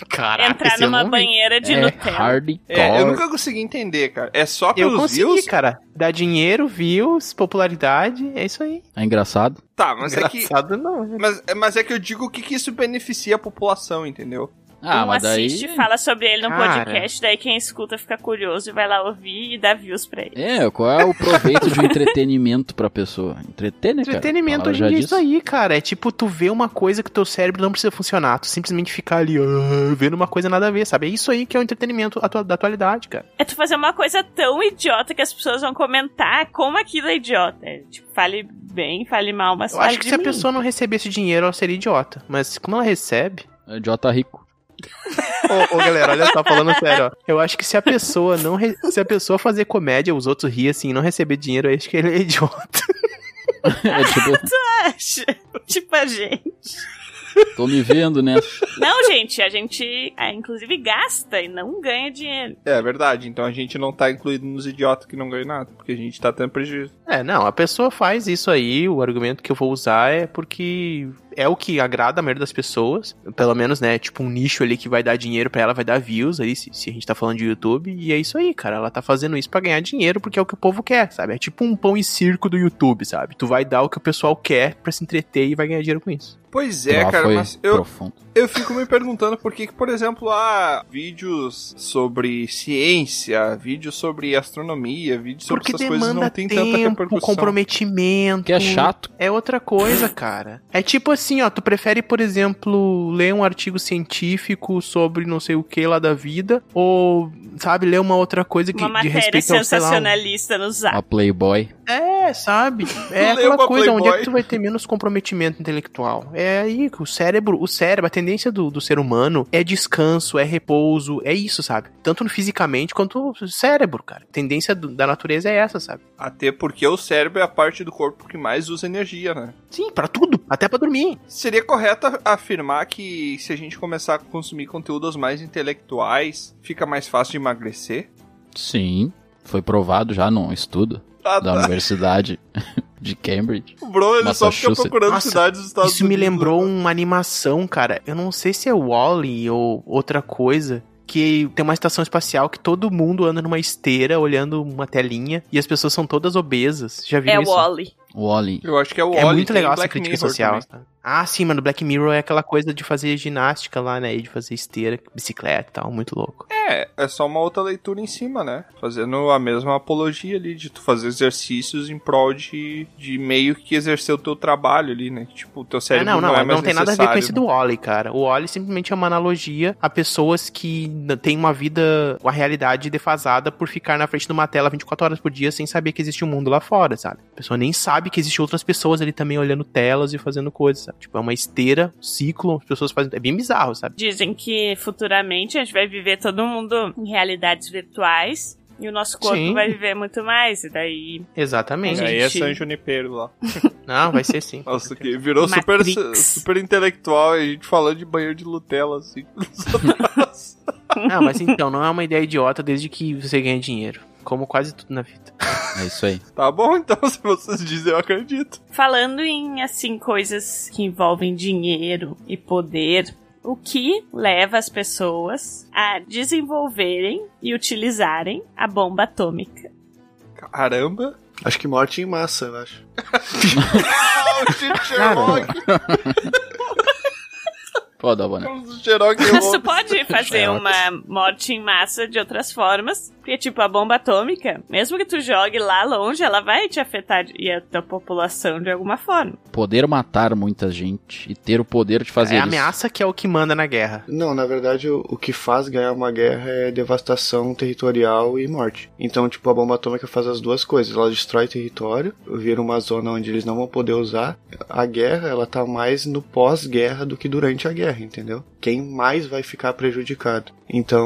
[SPEAKER 2] Caraca,
[SPEAKER 6] Entrar
[SPEAKER 2] esse eu
[SPEAKER 6] numa
[SPEAKER 2] não vi.
[SPEAKER 6] banheira de
[SPEAKER 7] é
[SPEAKER 6] Nutella.
[SPEAKER 7] hardcore.
[SPEAKER 4] É, eu nunca consegui entender, cara. É só
[SPEAKER 2] Eu
[SPEAKER 4] pelos
[SPEAKER 2] consegui,
[SPEAKER 4] views?
[SPEAKER 2] cara. Dá dinheiro, views, popularidade, é isso aí.
[SPEAKER 7] É engraçado.
[SPEAKER 4] Tá, mas é que.
[SPEAKER 2] Engraçado não, né?
[SPEAKER 4] Mas, mas é que eu digo o que, que isso beneficia a população, entendeu?
[SPEAKER 7] Ah,
[SPEAKER 6] um
[SPEAKER 7] mas daí.
[SPEAKER 6] assiste, fala sobre ele no
[SPEAKER 2] Cara.
[SPEAKER 6] podcast, daí quem escuta fica curioso e vai lá ouvir e dá views pra ele.
[SPEAKER 7] É, qual é o proveito de um entretenimento pra pessoa? Entretene, cara.
[SPEAKER 2] Entretenimento
[SPEAKER 7] A
[SPEAKER 2] hoje em dia
[SPEAKER 7] palavra
[SPEAKER 2] é
[SPEAKER 7] já
[SPEAKER 2] isso
[SPEAKER 7] diz.
[SPEAKER 2] aí, cara. É tipo, tu vê uma coisa que teu cérebro não precisa funcionar. Tu simplesmente ficar ali, ah, vendo uma coisa nada a ver, sabe? É isso aí que é o entretenimento atua- da atualidade, cara.
[SPEAKER 6] É tu fazer uma coisa tão idiota que as pessoas vão comentar como aquilo é idiota. É, Tipo, fale bem, fale mal, mas
[SPEAKER 2] Eu
[SPEAKER 6] fale
[SPEAKER 2] acho que
[SPEAKER 6] de
[SPEAKER 2] se a
[SPEAKER 6] mim.
[SPEAKER 2] pessoa não recebesse dinheiro, ela seria idiota. Mas como ela recebe.
[SPEAKER 7] É Idiota rico.
[SPEAKER 2] Ô, ô, galera, olha só, tá falando sério, ó. Eu acho que se a pessoa não. re- Se a pessoa fazer comédia, os outros rir assim e não receber dinheiro, eu acho que ele é idiota.
[SPEAKER 7] É tipo,
[SPEAKER 6] acha? Tipo a gente.
[SPEAKER 7] tô me vendo, né?
[SPEAKER 6] Não, gente, a gente ah, inclusive gasta e não ganha dinheiro.
[SPEAKER 4] É verdade, então a gente não tá incluído nos idiotas que não ganham nada, porque a gente tá tendo prejuízo.
[SPEAKER 2] É, não, a pessoa faz isso aí, o argumento que eu vou usar é porque é o que agrada a maioria das pessoas. Pelo menos, né? Tipo, um nicho ali que vai dar dinheiro pra ela, vai dar views aí, se, se a gente tá falando de YouTube. E é isso aí, cara. Ela tá fazendo isso pra ganhar dinheiro porque é o que o povo quer, sabe? É tipo um pão e circo do YouTube, sabe? Tu vai dar o que o pessoal quer pra se entreter e vai ganhar dinheiro com isso.
[SPEAKER 4] Pois é,
[SPEAKER 7] Ah,
[SPEAKER 4] cara,
[SPEAKER 7] foi
[SPEAKER 4] mas eu,
[SPEAKER 7] profundo.
[SPEAKER 4] eu fico me perguntando por que, que, por exemplo, há vídeos sobre ciência, vídeos sobre astronomia, vídeos sobre
[SPEAKER 2] Porque
[SPEAKER 4] essas coisas não
[SPEAKER 2] demanda
[SPEAKER 4] tem tanta
[SPEAKER 2] tempo,
[SPEAKER 4] repercussão.
[SPEAKER 2] comprometimento.
[SPEAKER 7] Que é chato.
[SPEAKER 2] É outra coisa, cara. É tipo assim, ó, tu prefere, por exemplo, ler um artigo científico sobre não sei o que lá da vida, ou, sabe, ler uma outra coisa que
[SPEAKER 6] Uma
[SPEAKER 2] de
[SPEAKER 6] matéria
[SPEAKER 2] respeito ao, sei lá, um-
[SPEAKER 6] sensacionalista no
[SPEAKER 7] A
[SPEAKER 6] zap.
[SPEAKER 7] Playboy.
[SPEAKER 2] É, sabe? É
[SPEAKER 4] Lê
[SPEAKER 2] aquela
[SPEAKER 4] uma
[SPEAKER 2] coisa, onde é
[SPEAKER 4] Playboy.
[SPEAKER 2] que tu vai ter menos comprometimento intelectual? É aí que o cérebro, o cérebro, a tendência do, do ser humano é descanso, é repouso, é isso, sabe? Tanto no fisicamente quanto no cérebro, cara. A tendência do- da natureza é essa, sabe?
[SPEAKER 4] Até porque o cérebro é a parte do corpo que mais usa energia, né?
[SPEAKER 2] Sim, pra tudo, até pra dormir.
[SPEAKER 4] Seria correto a- afirmar que se a gente começar a consumir conteúdos mais intelectuais, fica mais fácil de emagrecer?
[SPEAKER 7] Sim. Foi provado já num estudo
[SPEAKER 4] Ah,
[SPEAKER 7] da
[SPEAKER 4] tá.
[SPEAKER 7] Universidade de Cambridge.
[SPEAKER 4] Bro, ele só fica
[SPEAKER 7] Massachusetts.
[SPEAKER 4] procurando
[SPEAKER 2] Nossa,
[SPEAKER 4] cidades dos Estados
[SPEAKER 2] Isso me
[SPEAKER 4] Unidos.
[SPEAKER 2] lembrou uma animação, cara. Eu não sei se é Wall-E ou outra coisa. Que tem uma estação espacial que todo mundo anda numa esteira olhando uma telinha e as pessoas são todas obesas. Já viram
[SPEAKER 6] É o
[SPEAKER 2] isso?
[SPEAKER 6] Wally.
[SPEAKER 7] O Oli.
[SPEAKER 4] Eu acho que é o
[SPEAKER 2] É
[SPEAKER 4] Oli,
[SPEAKER 2] muito
[SPEAKER 4] tem
[SPEAKER 2] legal essa
[SPEAKER 4] Black
[SPEAKER 2] crítica
[SPEAKER 4] Mirror
[SPEAKER 2] social.
[SPEAKER 4] também.
[SPEAKER 2] Ah, sim, mano, Black Mirror é aquela coisa de fazer ginástica lá, né? E de fazer esteira, bicicleta e tal, muito louco.
[SPEAKER 4] É, é só uma outra leitura em cima, né? Fazendo a mesma apologia ali, de tu fazer exercícios em prol de, de meio que exercer o teu trabalho ali, né? Tipo, o teu
[SPEAKER 2] É,
[SPEAKER 4] cérebro
[SPEAKER 2] não, não,
[SPEAKER 4] é
[SPEAKER 2] não,
[SPEAKER 4] mais
[SPEAKER 2] tem nada a ver com
[SPEAKER 4] necessário,
[SPEAKER 2] esse
[SPEAKER 4] né?
[SPEAKER 2] do Oli, cara. O Oli simplesmente é uma analogia a pessoas que n- têm uma vida, uma realidade defasada por ficar na frente de uma tela 24 horas por dia sem saber que existe um mundo lá fora, sabe? A pessoa nem sabe que existe outras pessoas ali também olhando telas e fazendo coisas, sabe? Tipo, é uma esteira, ciclo, as pessoas fazem. É bem bizarro, sabe?
[SPEAKER 6] Dizem que futuramente a gente vai viver todo mundo em realidades virtuais e o nosso corpo
[SPEAKER 2] Sim.
[SPEAKER 6] vai viver muito mais. E daí.
[SPEAKER 2] Exatamente.
[SPEAKER 4] Aí é San Junipero lá.
[SPEAKER 2] Não, vai ser sim.
[SPEAKER 4] Nossa, que virou super,
[SPEAKER 6] Matrix.
[SPEAKER 4] super intelectual e a gente falando de banheiro de Nutella, assim.
[SPEAKER 2] Não, mas então, não é uma ideia idiota desde que você ganha dinheiro. Como quase tudo na vida.
[SPEAKER 7] É isso aí.
[SPEAKER 4] Tá bom, então, se vocês dizem, eu acredito.
[SPEAKER 6] Falando em, assim, coisas que envolvem dinheiro e poder, o que leva as pessoas a desenvolverem e utilizarem a bomba atômica?
[SPEAKER 4] Caramba.
[SPEAKER 5] Acho que morte em massa, eu acho.
[SPEAKER 4] Ah, o Steve
[SPEAKER 2] É
[SPEAKER 4] Sherlock.
[SPEAKER 7] Pô, Dalbona.
[SPEAKER 4] o Sherlock
[SPEAKER 6] Você pode fazer uma morte em massa de outras formas, porque, tipo, a bomba atômica, mesmo que tu jogue lá longe, ela vai te afetar e a tua população de alguma forma.
[SPEAKER 7] Poder matar muita gente e ter o poder de fazer
[SPEAKER 2] é a
[SPEAKER 7] isso.
[SPEAKER 2] ameaça que é o que manda na guerra.
[SPEAKER 5] Não, na verdade, o, o que faz ganhar uma guerra é devastação territorial e morte. Então, tipo, a bomba atômica faz as duas coisas. Ela destrói território, vira uma zona onde eles não vão poder usar. A guerra, ela tá mais no pós-guerra do que durante a guerra, entendeu? Quem mais vai ficar prejudicado.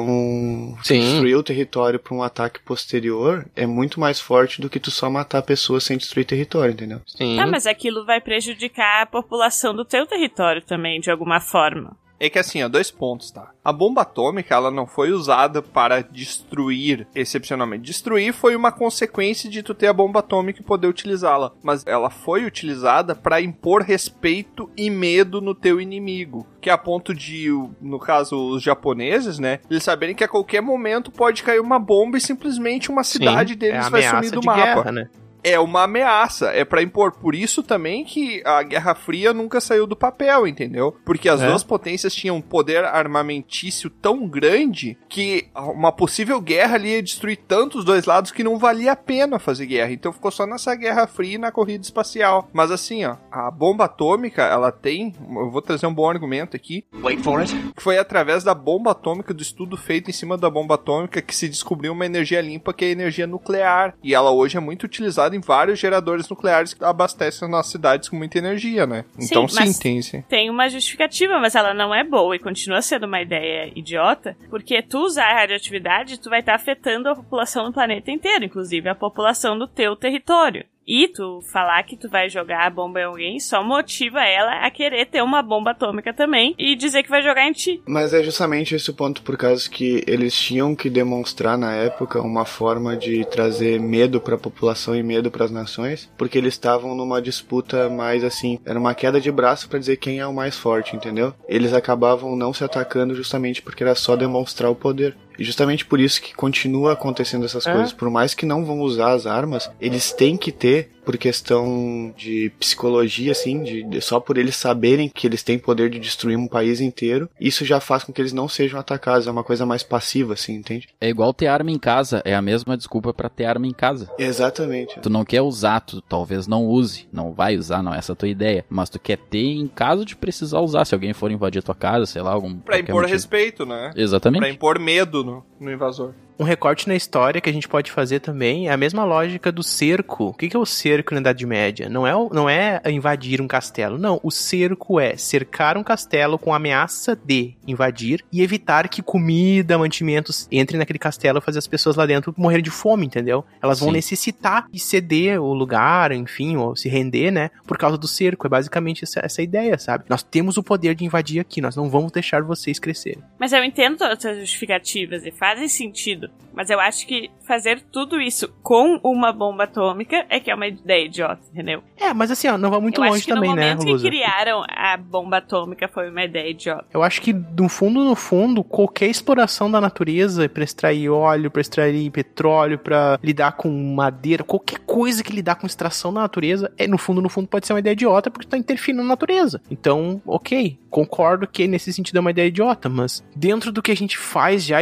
[SPEAKER 5] Então, se
[SPEAKER 2] Sim.
[SPEAKER 5] destruir o território pra um ataque posterior é muito mais forte do que tu só matar pessoas sem destruir território, entendeu?
[SPEAKER 2] Sim.
[SPEAKER 6] Tá, mas aquilo vai prejudicar a população do teu território também, de alguma forma.
[SPEAKER 4] É que assim, ó, dois pontos, tá? A bomba atômica, ela não foi usada para destruir, excepcionalmente. Destruir foi uma consequência de tu ter a bomba atômica e poder utilizá-la. Mas ela foi utilizada para impor respeito e medo no teu inimigo. Que é a ponto de, o- no caso, os japoneses, né? Eles saberem que a qualquer momento pode cair uma bomba e simplesmente uma cidade
[SPEAKER 2] Sim,
[SPEAKER 4] deles
[SPEAKER 2] é a
[SPEAKER 4] vai
[SPEAKER 2] ameaça
[SPEAKER 4] sumir do
[SPEAKER 2] de
[SPEAKER 4] mapa
[SPEAKER 2] guerra, né?
[SPEAKER 4] é uma ameaça, é pra impor. Por isso também que a Guerra Fria nunca saiu do papel, entendeu? Porque as
[SPEAKER 2] É.
[SPEAKER 4] duas potências tinham um poder armamentício tão grande que uma possível guerra ali ia destruir tanto os dois lados que não valia a pena fazer guerra. Então ficou só nessa Guerra Fria e na corrida espacial. Mas assim, ó, a bomba atômica, ela tem, eu vou trazer um bom argumento aqui,
[SPEAKER 13] Wait for it.
[SPEAKER 4] que foi através da bomba atômica, do estudo feito em cima da bomba atômica, que se descobriu uma energia limpa que é a energia nuclear. E ela hoje é muito utilizada em vários geradores nucleares que abastecem as nossas cidades com muita energia, né?
[SPEAKER 6] Sim,
[SPEAKER 4] Então sim,
[SPEAKER 6] mas-
[SPEAKER 4] tem sim.
[SPEAKER 6] Tem uma justificativa, mas ela não é boa e continua sendo uma ideia idiota, porque tu usar a radioatividade, tu vai estar afetando a população do planeta inteiro, inclusive a população do teu território. E tu falar que tu vai jogar a bomba em alguém só motiva ela a querer ter uma bomba atômica também e dizer que vai jogar em ti.
[SPEAKER 5] Mas é justamente esse o ponto, por causa que eles tinham que demonstrar na época uma forma de trazer medo para a população e medo para as nações, porque eles estavam numa disputa mais assim, era uma queda de braço para dizer quem é o mais forte, entendeu? Eles acabavam não se atacando justamente porque era só demonstrar o poder. E justamente por isso que continua acontecendo essas
[SPEAKER 2] É.
[SPEAKER 5] coisas. Por mais que não vão usar as armas, eles têm que ter, por questão de psicologia, assim, de, de- só por eles saberem que eles têm poder de destruir um país inteiro, isso já faz com que eles não sejam atacados. É uma coisa mais passiva, assim, entende?
[SPEAKER 7] É igual ter arma em casa. É a mesma desculpa pra ter arma em casa.
[SPEAKER 5] Exatamente.
[SPEAKER 7] Tu não quer usar, tu talvez não use, não vai usar, não, essa é a tua ideia. Mas tu quer ter em caso de precisar usar, se alguém for invadir a tua casa, sei lá, algum.
[SPEAKER 4] Pra
[SPEAKER 7] qualquer
[SPEAKER 4] impor
[SPEAKER 7] motivo.
[SPEAKER 4] respeito, né? Pra
[SPEAKER 7] Exatamente.
[SPEAKER 4] impor medo no, no invasor.
[SPEAKER 2] Um recorte na história que a gente pode fazer também é a mesma lógica do cerco. O que que é o cerco na Idade Média? Não é, o- não é invadir um castelo. Não, o cerco é cercar um castelo com a ameaça de invadir e evitar que comida, mantimentos entrem naquele castelo e fazer as pessoas lá dentro morrerem de fome, entendeu? Elas vão
[SPEAKER 7] Sim.
[SPEAKER 2] necessitar e ceder o lugar, enfim, ou se render, né? Por causa do cerco. É basicamente essa, essa ideia, sabe? Nós temos o poder de invadir aqui, nós não vamos deixar vocês crescerem.
[SPEAKER 6] Mas eu entendo todas as justificativas e fazem sentido. Mas eu acho que fazer tudo isso com uma bomba atômica é que é uma ideia idiota, entendeu?
[SPEAKER 2] É, mas assim, ó, não vai muito
[SPEAKER 6] Eu
[SPEAKER 2] longe
[SPEAKER 6] acho que
[SPEAKER 2] também,
[SPEAKER 6] no
[SPEAKER 2] né,
[SPEAKER 6] momento que
[SPEAKER 2] Rosa?
[SPEAKER 6] criaram a bomba atômica foi uma ideia idiota.
[SPEAKER 2] Eu acho que, no fundo, no fundo, qualquer exploração da natureza pra extrair óleo, pra extrair petróleo, pra lidar com madeira, qualquer coisa que lidar com extração da natureza, é, no fundo, no fundo, pode ser uma ideia idiota porque tu tá interferindo na natureza. Então, ok, concordo que nesse sentido é uma ideia idiota, mas dentro do que a gente faz já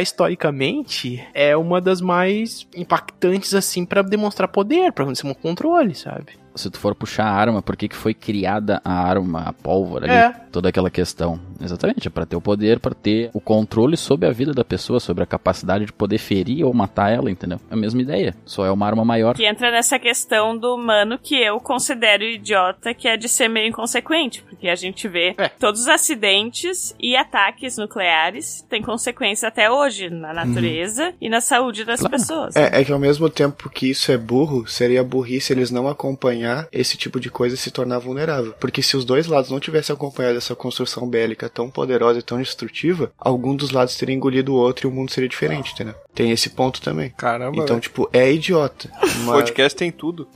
[SPEAKER 2] historicamente, é uma das mais impactantes, assim, pra demonstrar poder, pra demonstrar um controle, sabe?
[SPEAKER 7] Se tu for puxar a arma, por que, que foi criada a arma, a pólvora ali?
[SPEAKER 2] É.
[SPEAKER 7] Toda aquela questão. Exatamente, é pra ter o poder, pra ter o controle sobre a vida da pessoa, sobre a capacidade de poder ferir ou matar ela, entendeu? É a mesma ideia, só é uma arma maior.
[SPEAKER 6] Que entra nessa questão do humano que eu considero idiota, que é de ser meio inconsequente, porque a gente vê
[SPEAKER 5] É.
[SPEAKER 6] todos os acidentes e ataques nucleares têm consequência até hoje na natureza e na saúde das pessoas.
[SPEAKER 5] Uhum. É, é que ao mesmo tempo que isso é burro, seria burrice eles não acompanhar esse tipo de coisa e se tornar vulnerável. Porque se os dois lados não tivessem acompanhado essa construção bélica tão poderosa e tão destrutiva, algum dos lados teria engolido o outro e o mundo seria diferente, entendeu? Tem esse ponto também.
[SPEAKER 4] Caramba.
[SPEAKER 5] Então, tipo, é idiota.
[SPEAKER 4] O
[SPEAKER 5] mas-
[SPEAKER 4] podcast tem tudo.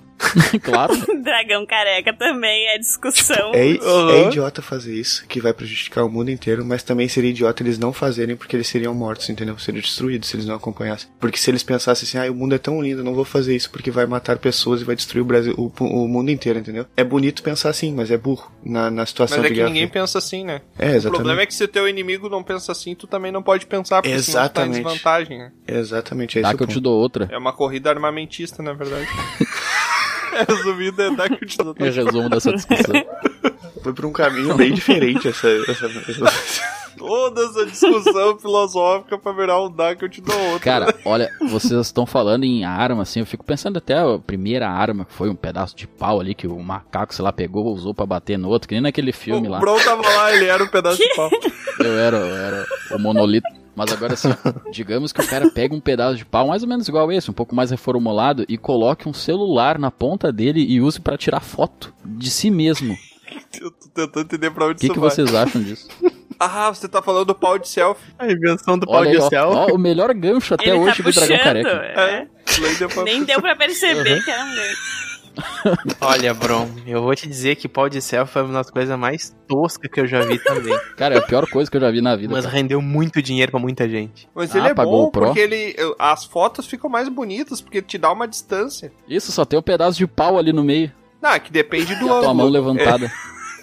[SPEAKER 7] claro.
[SPEAKER 6] Dragão careca também é discussão.
[SPEAKER 5] É, i-
[SPEAKER 4] Aham.
[SPEAKER 5] é idiota fazer isso, que vai prejudicar o mundo inteiro, mas também seria idiota eles não fazerem porque eles seriam mortos, entendeu? Seriam destruídos se eles não acompanhassem. Porque se eles pensassem assim, ah, o mundo é tão lindo, eu não vou fazer isso porque vai matar pessoas e vai destruir o Brasil, o, pu- o mundo inteiro, entendeu? É bonito pensar assim, mas é burro na, na situação
[SPEAKER 4] Mas é
[SPEAKER 5] de
[SPEAKER 4] que
[SPEAKER 5] guerra.
[SPEAKER 4] ninguém pensa assim, né?
[SPEAKER 5] É, exatamente.
[SPEAKER 4] O problema é que se teu inimigo não pensa assim, tu também não pode pensar, porque
[SPEAKER 5] Exatamente.
[SPEAKER 4] senão tu tá em desvantagem, né?
[SPEAKER 5] Exatamente, é
[SPEAKER 7] Tá
[SPEAKER 5] isso.
[SPEAKER 7] que eu te dou outra.
[SPEAKER 4] É uma corrida armamentista, na verdade. Resumido, é dar que eu te dou.
[SPEAKER 7] Eu resumo dessa discussão.
[SPEAKER 5] Foi por um caminho bem diferente essa. essa, essa...
[SPEAKER 4] toda essa discussão filosófica pra virar um dá que eu te dou outro.
[SPEAKER 7] Cara, olha, vocês estão falando em arma, assim, eu fico pensando até a primeira arma, que foi um pedaço de pau ali que o macaco, sei lá, pegou, usou pra bater no outro, que nem naquele filme
[SPEAKER 4] o
[SPEAKER 7] lá.
[SPEAKER 4] Bron tava lá, ele era um pedaço de pau.
[SPEAKER 7] Eu era, eu era o monolito. Mas agora assim, digamos que o cara pega um pedaço de pau mais ou menos igual esse, um pouco mais reformulado, e coloque um celular na ponta dele e use pra tirar foto de si mesmo. O
[SPEAKER 4] Eu tô tentando entender pra onde
[SPEAKER 7] que,
[SPEAKER 4] isso
[SPEAKER 7] que
[SPEAKER 4] vai.
[SPEAKER 7] vocês acham disso?
[SPEAKER 4] Ah, você tá falando do pau de selfie.
[SPEAKER 2] A invenção do
[SPEAKER 7] Olha aí, ó, ó, o melhor gancho até
[SPEAKER 6] Ele
[SPEAKER 7] hoje
[SPEAKER 6] tá
[SPEAKER 7] do Dragão
[SPEAKER 6] puxando,
[SPEAKER 7] Careca.
[SPEAKER 6] é.
[SPEAKER 4] Lei de-
[SPEAKER 6] Nem deu pra perceber que era um gancho.
[SPEAKER 2] Olha, Bron, eu vou te dizer que pau de selfie foi uma das coisas mais toscas que eu já vi também.
[SPEAKER 7] Cara, é a pior coisa que eu já vi na vida.
[SPEAKER 2] Mas
[SPEAKER 7] cara.
[SPEAKER 2] rendeu muito dinheiro pra muita gente.
[SPEAKER 4] Mas
[SPEAKER 7] Ah,
[SPEAKER 4] ele é
[SPEAKER 7] pagou
[SPEAKER 4] bom
[SPEAKER 7] o Pro?
[SPEAKER 4] porque ele, as fotos ficam mais bonitas, porque te dá uma distância.
[SPEAKER 7] Isso, só tem um pedaço de pau ali no meio,
[SPEAKER 4] Ah, que depende do
[SPEAKER 7] e a tua mão
[SPEAKER 4] ângulo. É.
[SPEAKER 7] levantada.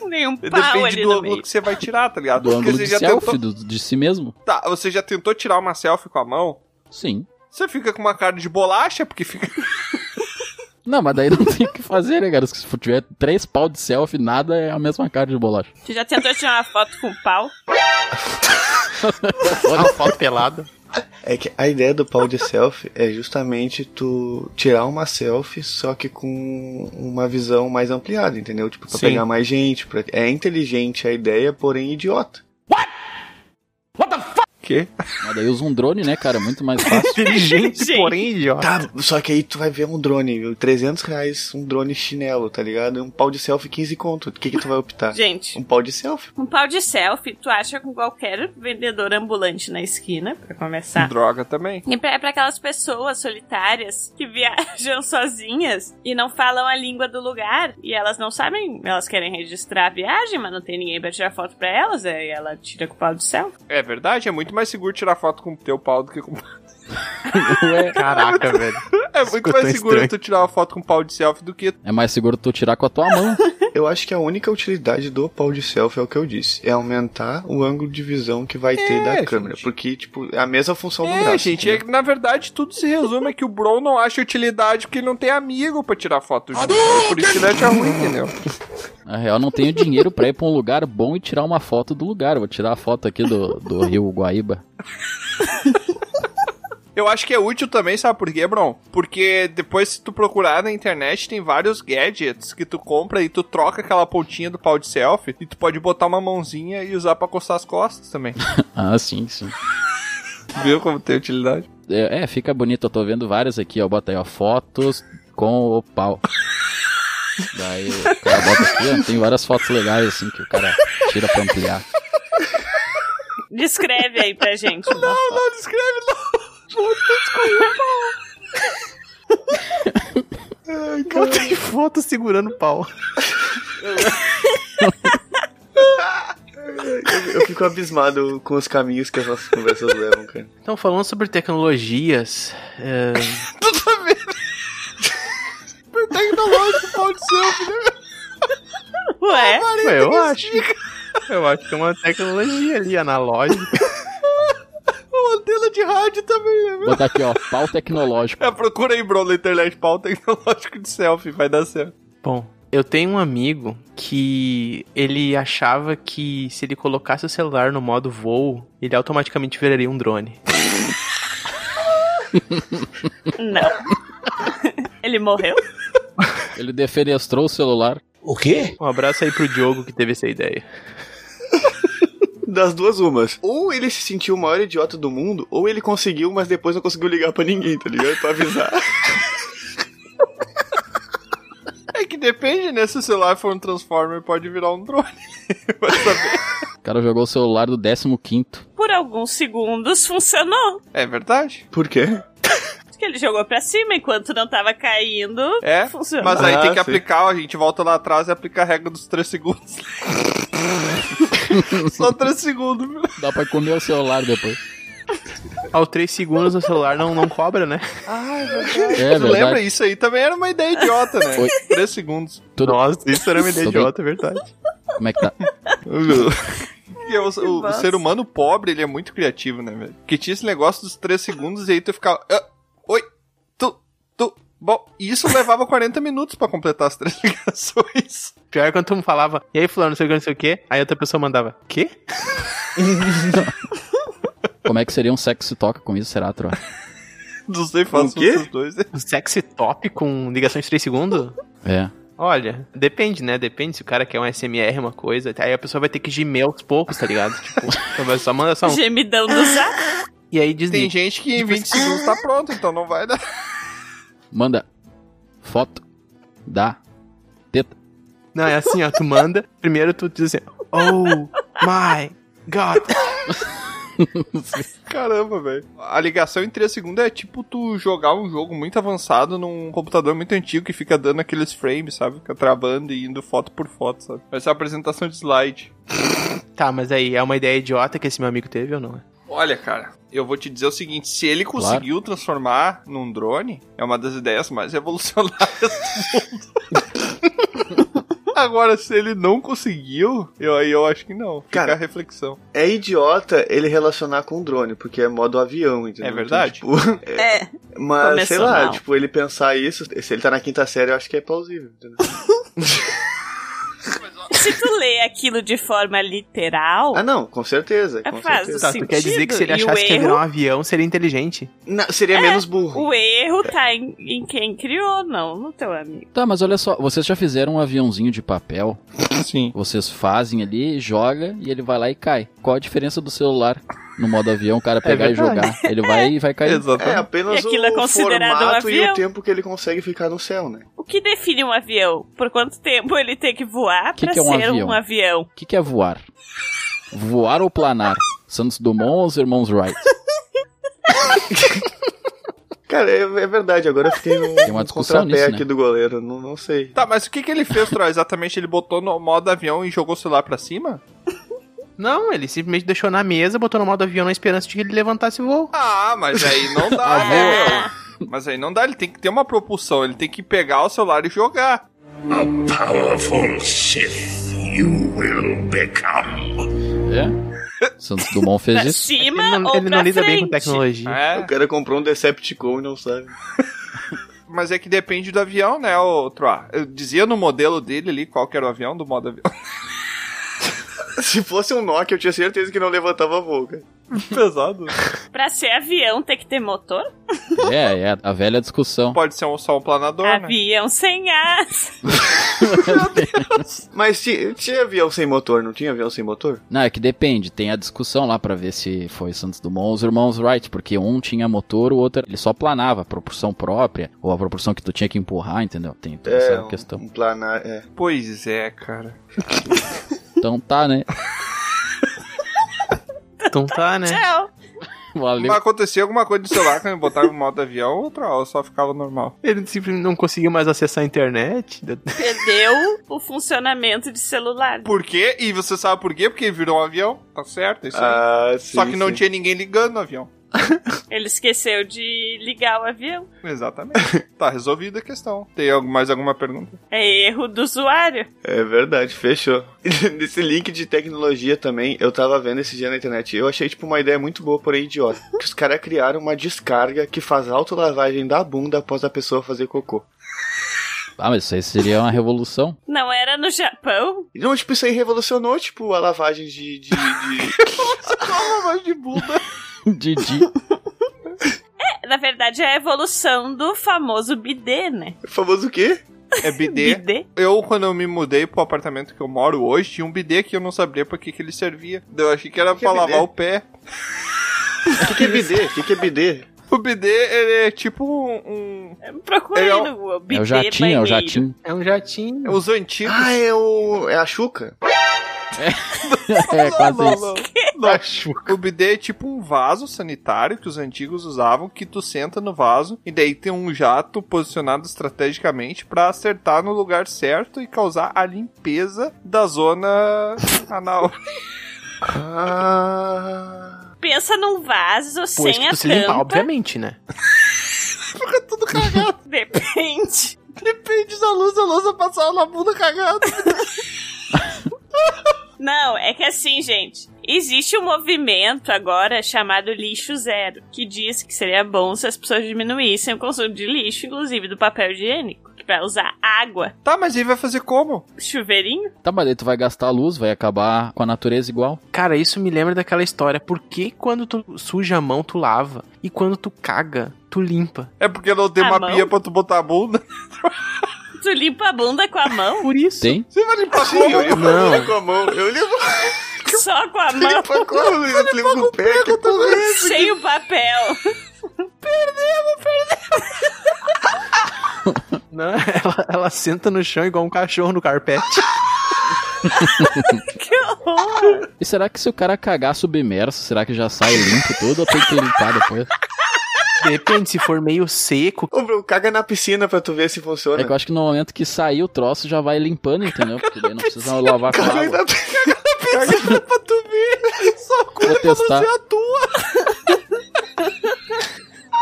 [SPEAKER 6] Nenhum um pau
[SPEAKER 4] Depende
[SPEAKER 6] ali
[SPEAKER 4] do
[SPEAKER 6] no
[SPEAKER 4] ângulo
[SPEAKER 6] meio.
[SPEAKER 4] que você vai tirar, tá ligado?
[SPEAKER 7] Do ângulo
[SPEAKER 4] você
[SPEAKER 7] de selfie, do- de si mesmo?
[SPEAKER 4] Tá, você já tentou tirar uma selfie com a mão?
[SPEAKER 7] Sim.
[SPEAKER 4] Você fica com uma cara de bolacha, porque fica.
[SPEAKER 6] Tá.
[SPEAKER 7] Não, mas daí não tem o que fazer, né, cara? Se tiver três pau de selfie, nada é a mesma cara de bolacha.
[SPEAKER 6] Tu já tentou tirar uma foto com pau?
[SPEAKER 2] Olha a foto pelada.
[SPEAKER 5] É que a ideia do pau de selfie é justamente tu tirar uma selfie, só que com uma visão mais ampliada, entendeu? Tipo, pra
[SPEAKER 4] Sim.
[SPEAKER 5] pegar mais gente. Pra... É inteligente a ideia, porém idiota.
[SPEAKER 4] Quê?
[SPEAKER 7] Mas daí usa um drone, né, cara? Muito mais fácil.
[SPEAKER 2] Inteligente,
[SPEAKER 6] Gente.
[SPEAKER 2] porém idiota.
[SPEAKER 5] Tá, só que aí tu vai ver um drone, viu? 300 reais, um drone chinelo, tá ligado? Um pau de selfie 15 conto. O que que tu vai optar?
[SPEAKER 6] Gente,
[SPEAKER 5] Um pau de selfie.
[SPEAKER 6] um pau de selfie tu acha com qualquer vendedor ambulante na esquina, pra começar.
[SPEAKER 4] Droga também.
[SPEAKER 6] E pra- é pra aquelas pessoas solitárias que viajam sozinhas e não falam a língua do lugar. E elas não sabem, elas querem registrar a viagem, mas não tem ninguém pra tirar foto pra elas. Aí ela tira com o pau de selfie.
[SPEAKER 4] É verdade, é muito mais seguro tirar foto com o teu pau do que com.
[SPEAKER 2] Caraca, velho.
[SPEAKER 4] É muito mais seguro
[SPEAKER 2] estranho.
[SPEAKER 4] tu tirar uma foto com um pau de selfie do que
[SPEAKER 7] É mais seguro tu tirar com a tua mão.
[SPEAKER 5] Eu acho que a única utilidade do pau de selfie é o que eu disse. É aumentar o ângulo de visão que vai ter da
[SPEAKER 4] É, gente.
[SPEAKER 5] câmera. Porque, tipo, é a mesma função do
[SPEAKER 4] É,
[SPEAKER 5] braço.
[SPEAKER 4] gente, é
[SPEAKER 5] entendeu?
[SPEAKER 4] que, na verdade tudo se resume a que o Bron não acha utilidade porque ele não tem amigo pra tirar foto junto. Por isso que ele acha ruim, entendeu?
[SPEAKER 7] Na real, não tenho dinheiro pra ir pra um lugar bom e tirar uma foto do lugar. Vou tirar a foto aqui do, do rio Guaíba.
[SPEAKER 4] Eu acho que é útil também, sabe por quê, Bron? Porque depois, se tu procurar na internet, tem vários gadgets que tu compra e tu troca aquela pontinha do pau de selfie e tu pode botar uma mãozinha e usar pra coçar as costas também.
[SPEAKER 7] Ah, sim, sim.
[SPEAKER 4] Viu como tem utilidade?
[SPEAKER 7] É, é, fica bonito. Eu tô vendo várias aqui, ó. Bota aí, ó. Fotos com o pau. Daí o cara bota aqui, ó. Tem várias fotos legais, assim, que o cara tira pra ampliar.
[SPEAKER 6] Descreve aí pra gente.
[SPEAKER 4] Não, não, descreve não.
[SPEAKER 2] Ai, cara. Botei foto segurando o pau.
[SPEAKER 5] Eu, eu fico abismado com os caminhos que as nossas conversas levam, cara.
[SPEAKER 2] Então, falando sobre tecnologias. É...
[SPEAKER 4] tu tá vendo? Por tecnológico, pau de selfie, né?
[SPEAKER 6] Ué?
[SPEAKER 2] Ué, eu acho. Eu acho que é uma tecnologia ali, analógica.
[SPEAKER 4] Uma antena de rádio também, né?
[SPEAKER 7] Botar aqui, ó, pau tecnológico.
[SPEAKER 4] É, procura aí, bro, na internet, pau tecnológico de selfie, vai dar certo.
[SPEAKER 2] Bom, eu tenho um amigo que ele achava que se ele colocasse o celular no modo voo, ele automaticamente viraria um drone.
[SPEAKER 6] Não. Ele morreu?
[SPEAKER 7] Ele defenestrou o celular.
[SPEAKER 2] O quê? Um abraço aí pro Diogo que teve essa ideia.
[SPEAKER 5] Das duas, umas. Ou ele se sentiu o maior idiota do mundo, ou ele conseguiu, mas depois não conseguiu ligar pra ninguém, tá ligado? Pra avisar.
[SPEAKER 4] É que depende, né? Se o celular for um Transformer, pode virar um drone. Vai saber.
[SPEAKER 7] O cara jogou o celular do 15.
[SPEAKER 6] Por alguns segundos funcionou.
[SPEAKER 4] É verdade.
[SPEAKER 5] Por quê?
[SPEAKER 6] que ele jogou pra cima enquanto não tava caindo.
[SPEAKER 4] É,
[SPEAKER 6] funcionou.
[SPEAKER 4] mas aí
[SPEAKER 5] Ah,
[SPEAKER 4] tem que
[SPEAKER 5] sim.
[SPEAKER 4] aplicar, a gente volta lá atrás e aplica a regra dos 3 segundos. Só 3 segundos, viu?
[SPEAKER 7] Dá pra comer o celular depois.
[SPEAKER 2] Ao 3 segundos o celular não, não cobra, né?
[SPEAKER 4] Ai,
[SPEAKER 7] É,
[SPEAKER 4] tu
[SPEAKER 7] verdade.
[SPEAKER 4] lembra? Isso aí também era uma ideia idiota, né?
[SPEAKER 7] Foi.
[SPEAKER 4] 3 segundos.
[SPEAKER 7] Tudo-
[SPEAKER 2] Nossa, isso era uma ideia
[SPEAKER 7] Tudo bem.
[SPEAKER 2] idiota, é verdade.
[SPEAKER 7] Como é que tá?
[SPEAKER 4] Porque o, o- o
[SPEAKER 6] bosta.
[SPEAKER 4] ser humano pobre, ele é muito criativo, né, velho? Porque tinha esse negócio dos 3 segundos e aí tu ficava... "Ah, oi, tu, tu... Bom, e isso levava 40 minutos pra completar as três ligações.
[SPEAKER 2] Pior é quando tu falava, e aí fulano, não sei o que, não sei o que, aí outra pessoa mandava, quê?
[SPEAKER 7] Como é que seria um sexo se toca com isso, será, Tro?
[SPEAKER 4] Não sei, faço
[SPEAKER 5] O quê?
[SPEAKER 4] os dois. né?
[SPEAKER 2] Um sexy top com ligação de 3 segundos?
[SPEAKER 7] É.
[SPEAKER 2] Olha, depende, né? Depende se o cara quer um SMR, uma coisa. Aí a pessoa vai ter que gemer aos poucos, tá ligado? Tipo, então vai só manda só um.
[SPEAKER 6] Gemidão do zap.
[SPEAKER 2] E aí
[SPEAKER 4] Tem
[SPEAKER 2] desliga.
[SPEAKER 4] gente que em 20 segundos tá pronto, então não vai dar.
[SPEAKER 7] Manda foto da teta.
[SPEAKER 2] Não, é assim, ó. Tu manda, primeiro tu diz assim, oh my god.
[SPEAKER 4] Caramba, velho. A ligação em 3 segundos é tipo tu jogar um jogo muito avançado num computador muito antigo que fica dando aqueles frames, sabe? Fica travando e indo foto por foto, sabe? Vai ser uma apresentação de slide.
[SPEAKER 2] Tá, mas aí é uma ideia idiota que esse meu amigo teve ou não?
[SPEAKER 4] Olha, cara, eu vou te dizer o seguinte: se ele conseguiu transformar num drone, é uma das ideias mais revolucionárias do mundo. Agora, se ele não conseguiu, eu, aí eu acho que não. Fica
[SPEAKER 5] Cara,
[SPEAKER 4] a reflexão.
[SPEAKER 5] É idiota ele relacionar com drone, porque é modo avião,
[SPEAKER 4] É
[SPEAKER 5] entendeu?
[SPEAKER 4] verdade.
[SPEAKER 5] Então, tipo,
[SPEAKER 6] É.
[SPEAKER 5] mas, sei
[SPEAKER 6] Começou
[SPEAKER 5] lá,
[SPEAKER 6] mal.
[SPEAKER 5] tipo, ele pensar isso, se ele tá na quinta série, eu acho que é plausível, entendeu?
[SPEAKER 6] Se tu lê aquilo de forma literal,
[SPEAKER 5] Ah, não, com certeza,
[SPEAKER 6] É
[SPEAKER 5] com
[SPEAKER 6] fácil,
[SPEAKER 2] Tá,
[SPEAKER 5] certeza.
[SPEAKER 2] tu quer dizer que se ele
[SPEAKER 6] Sentido, e o
[SPEAKER 2] achasse que ia
[SPEAKER 6] erro?
[SPEAKER 2] virar um avião, seria inteligente.
[SPEAKER 5] Não, seria
[SPEAKER 6] É,
[SPEAKER 5] menos burro.
[SPEAKER 6] o erro tá em, em quem criou, não no teu amigo.
[SPEAKER 7] Tá, mas olha só, vocês já fizeram um aviãozinho de papel?
[SPEAKER 4] Sim.
[SPEAKER 7] Vocês fazem ali, joga e ele vai lá e cai. Qual a diferença do celular no modo avião, o cara pegar e jogar? Ele vai e vai cair.
[SPEAKER 5] É
[SPEAKER 4] Exatamente.
[SPEAKER 5] apenas
[SPEAKER 6] E aquilo é
[SPEAKER 5] o
[SPEAKER 6] considerado um
[SPEAKER 5] formato e
[SPEAKER 6] avião?
[SPEAKER 5] o tempo que ele consegue ficar no céu, né?
[SPEAKER 6] O que define um avião? Por quanto tempo ele tem que voar
[SPEAKER 7] Que
[SPEAKER 6] pra
[SPEAKER 7] que é um
[SPEAKER 6] ser
[SPEAKER 7] avião?
[SPEAKER 6] um avião?
[SPEAKER 7] O que, que é voar? Voar ou planar? Santos Dumont ou os irmãos Wright?
[SPEAKER 5] Cara, é, é verdade, agora eu fiquei num,
[SPEAKER 7] Tem uma
[SPEAKER 5] num
[SPEAKER 7] discussão
[SPEAKER 5] contrapé
[SPEAKER 7] nisso, né?
[SPEAKER 5] aqui do goleiro, não, não sei.
[SPEAKER 4] Tá, mas o que, que ele fez, Troy? Exatamente, ele botou no modo avião e jogou o celular pra cima?
[SPEAKER 2] Não, ele simplesmente deixou na mesa, botou no modo avião na esperança de que ele levantasse o voo.
[SPEAKER 4] Ah, mas aí não dá, né, meu. Mas aí não dá, ele tem que ter uma propulsão, ele tem que pegar o celular e jogar.
[SPEAKER 8] Powerful Sith you will become.
[SPEAKER 7] É? Santos Dumont
[SPEAKER 6] Pra
[SPEAKER 7] fez isso?
[SPEAKER 6] cima
[SPEAKER 2] Ele não,
[SPEAKER 6] ou
[SPEAKER 2] ele
[SPEAKER 6] pra
[SPEAKER 2] não lida
[SPEAKER 6] frente?
[SPEAKER 2] bem com tecnologia.
[SPEAKER 4] É,
[SPEAKER 5] O cara comprou um Decepticon e não sabe.
[SPEAKER 4] mas é que depende do avião, né, ô Troá? Eu dizia no modelo dele ali qual que era o avião do modo avião.
[SPEAKER 5] Se fosse um Nokia, eu tinha certeza que não levantava voo, cara.
[SPEAKER 4] Pesado.
[SPEAKER 6] Pra ser avião tem que ter motor?
[SPEAKER 7] É, é a velha discussão.
[SPEAKER 4] Pode ser um, só um planador, né?
[SPEAKER 6] avião sem asa.
[SPEAKER 5] Mas ti- tinha avião sem motor, não tinha avião sem motor?
[SPEAKER 7] Não, é que depende. Tem a discussão lá pra ver se foi Santos Dumont ou os irmãos Wright, porque um tinha motor, o outro ele só planava a proporção própria ou a proporção que tu tinha que empurrar, entendeu? Tem toda essa
[SPEAKER 5] um,
[SPEAKER 7] questão.
[SPEAKER 5] um planar, é.
[SPEAKER 4] Pois é, cara.
[SPEAKER 7] Então tá, né?
[SPEAKER 2] Então tá, né?
[SPEAKER 6] Tchau.
[SPEAKER 7] Valeu.
[SPEAKER 4] Mas acontecia alguma coisa do celular quando eu botava no modo avião, outra hora só ficava normal.
[SPEAKER 11] Ele simplesmente não conseguiu mais acessar a internet.
[SPEAKER 6] Perdeu o funcionamento de celular.
[SPEAKER 4] Por quê? E você sabe por quê? Porque ele virou um avião, tá certo? Isso aí.
[SPEAKER 5] Ah, sim,
[SPEAKER 4] só que não
[SPEAKER 5] sim.
[SPEAKER 4] tinha ninguém ligando no avião.
[SPEAKER 6] Ele esqueceu de ligar o avião.
[SPEAKER 4] Exatamente. tá resolvida a questão. Tem algo- mais alguma pergunta?
[SPEAKER 6] É erro do usuário.
[SPEAKER 5] É verdade, fechou. Nesse link de tecnologia também, eu tava vendo esse dia na internet. Eu achei, tipo, uma ideia muito boa, porém idiota. Que os caras criaram uma descarga que faz autolavagem da bunda após a pessoa fazer cocô.
[SPEAKER 7] Ah, mas isso aí seria uma revolução.
[SPEAKER 6] Não era no Japão?
[SPEAKER 5] Não, tipo, isso aí revolucionou, tipo, a lavagem de. de, de...
[SPEAKER 4] lavagem de bunda.
[SPEAKER 7] Didi.
[SPEAKER 6] É, na verdade, é a evolução do famoso bidê, né?
[SPEAKER 5] O famoso o quê?
[SPEAKER 4] É bidê.
[SPEAKER 6] Bidê?
[SPEAKER 4] Eu, quando eu me mudei pro apartamento que eu moro hoje, tinha um bidê que eu não sabia pra que, que ele servia. Eu achei que era
[SPEAKER 5] que é
[SPEAKER 4] pra
[SPEAKER 5] bidê?
[SPEAKER 4] lavar o pé.
[SPEAKER 5] O que, que é bidê? O que, que é bidê?
[SPEAKER 4] O bidê, ele é tipo um...
[SPEAKER 6] Procurei
[SPEAKER 4] É o-
[SPEAKER 6] no Google. Bidê
[SPEAKER 7] É o jatinho, é o
[SPEAKER 6] banheiro.
[SPEAKER 7] jatinho.
[SPEAKER 11] É um jatinho.
[SPEAKER 4] um os antigos.
[SPEAKER 5] Ah, é o. É a Xuca?
[SPEAKER 7] É, quase
[SPEAKER 4] Não,
[SPEAKER 7] isso.
[SPEAKER 4] não, não. O bidê é tipo um vaso sanitário que os antigos usavam, que tu senta no vaso e daí tem um jato posicionado estrategicamente pra acertar no lugar certo e causar a limpeza da zona anal.
[SPEAKER 5] Ah.
[SPEAKER 6] Pensa num vaso
[SPEAKER 11] Pois
[SPEAKER 6] sem
[SPEAKER 11] que
[SPEAKER 6] a
[SPEAKER 11] tu se limpar,
[SPEAKER 6] tampa.
[SPEAKER 11] obviamente, né?
[SPEAKER 6] Depende.
[SPEAKER 4] Depende da luz, a lousa passava na bunda cagada.
[SPEAKER 6] Não, é que assim, gente. Existe um movimento agora chamado lixo zero, que diz que seria bom se as pessoas diminuíssem o consumo de lixo, inclusive do papel higiênico, pra usar água,
[SPEAKER 4] Tá, mas aí vai fazer como?
[SPEAKER 6] chuveirinho.
[SPEAKER 7] Tá, mas daí tu vai gastar luz, vai acabar com a natureza igual.
[SPEAKER 11] Cara, isso me lembra daquela história. Por que quando tu suja a mão, tu lava? E quando tu caga, tu limpa?
[SPEAKER 4] É porque não tem
[SPEAKER 6] A
[SPEAKER 4] uma
[SPEAKER 6] mão?
[SPEAKER 4] pia pra tu botar a bunda.
[SPEAKER 6] Tu limpa a bunda com a mão,
[SPEAKER 11] Por isso.
[SPEAKER 7] Tem?
[SPEAKER 4] Você vai limpar
[SPEAKER 5] Sim, eu limpo a bunda
[SPEAKER 11] Não.
[SPEAKER 5] com a mão. Eu limpo
[SPEAKER 6] só com a
[SPEAKER 5] eu
[SPEAKER 6] mão,
[SPEAKER 5] limpo a com a mão, eu limpo com o pé. Que porra é essa?
[SPEAKER 6] sem o papel.
[SPEAKER 11] Não, né? ela, ela senta no chão igual um cachorro no carpete.
[SPEAKER 6] Que horror!
[SPEAKER 7] E será que se o cara cagar submerso, será que já sai limpo tudo ou tem que limpar depois?
[SPEAKER 11] Depende, se for meio seco.
[SPEAKER 5] Ô, Bruno, caga na piscina pra tu ver se
[SPEAKER 7] É
[SPEAKER 5] funciona.
[SPEAKER 7] que eu acho que no momento que sair o troço já vai limpando, entendeu? Porque daí não precisa lavar com
[SPEAKER 5] Caga
[SPEAKER 7] água.
[SPEAKER 5] na piscina. Caga na piscina.
[SPEAKER 7] Vou testar.
[SPEAKER 5] assim,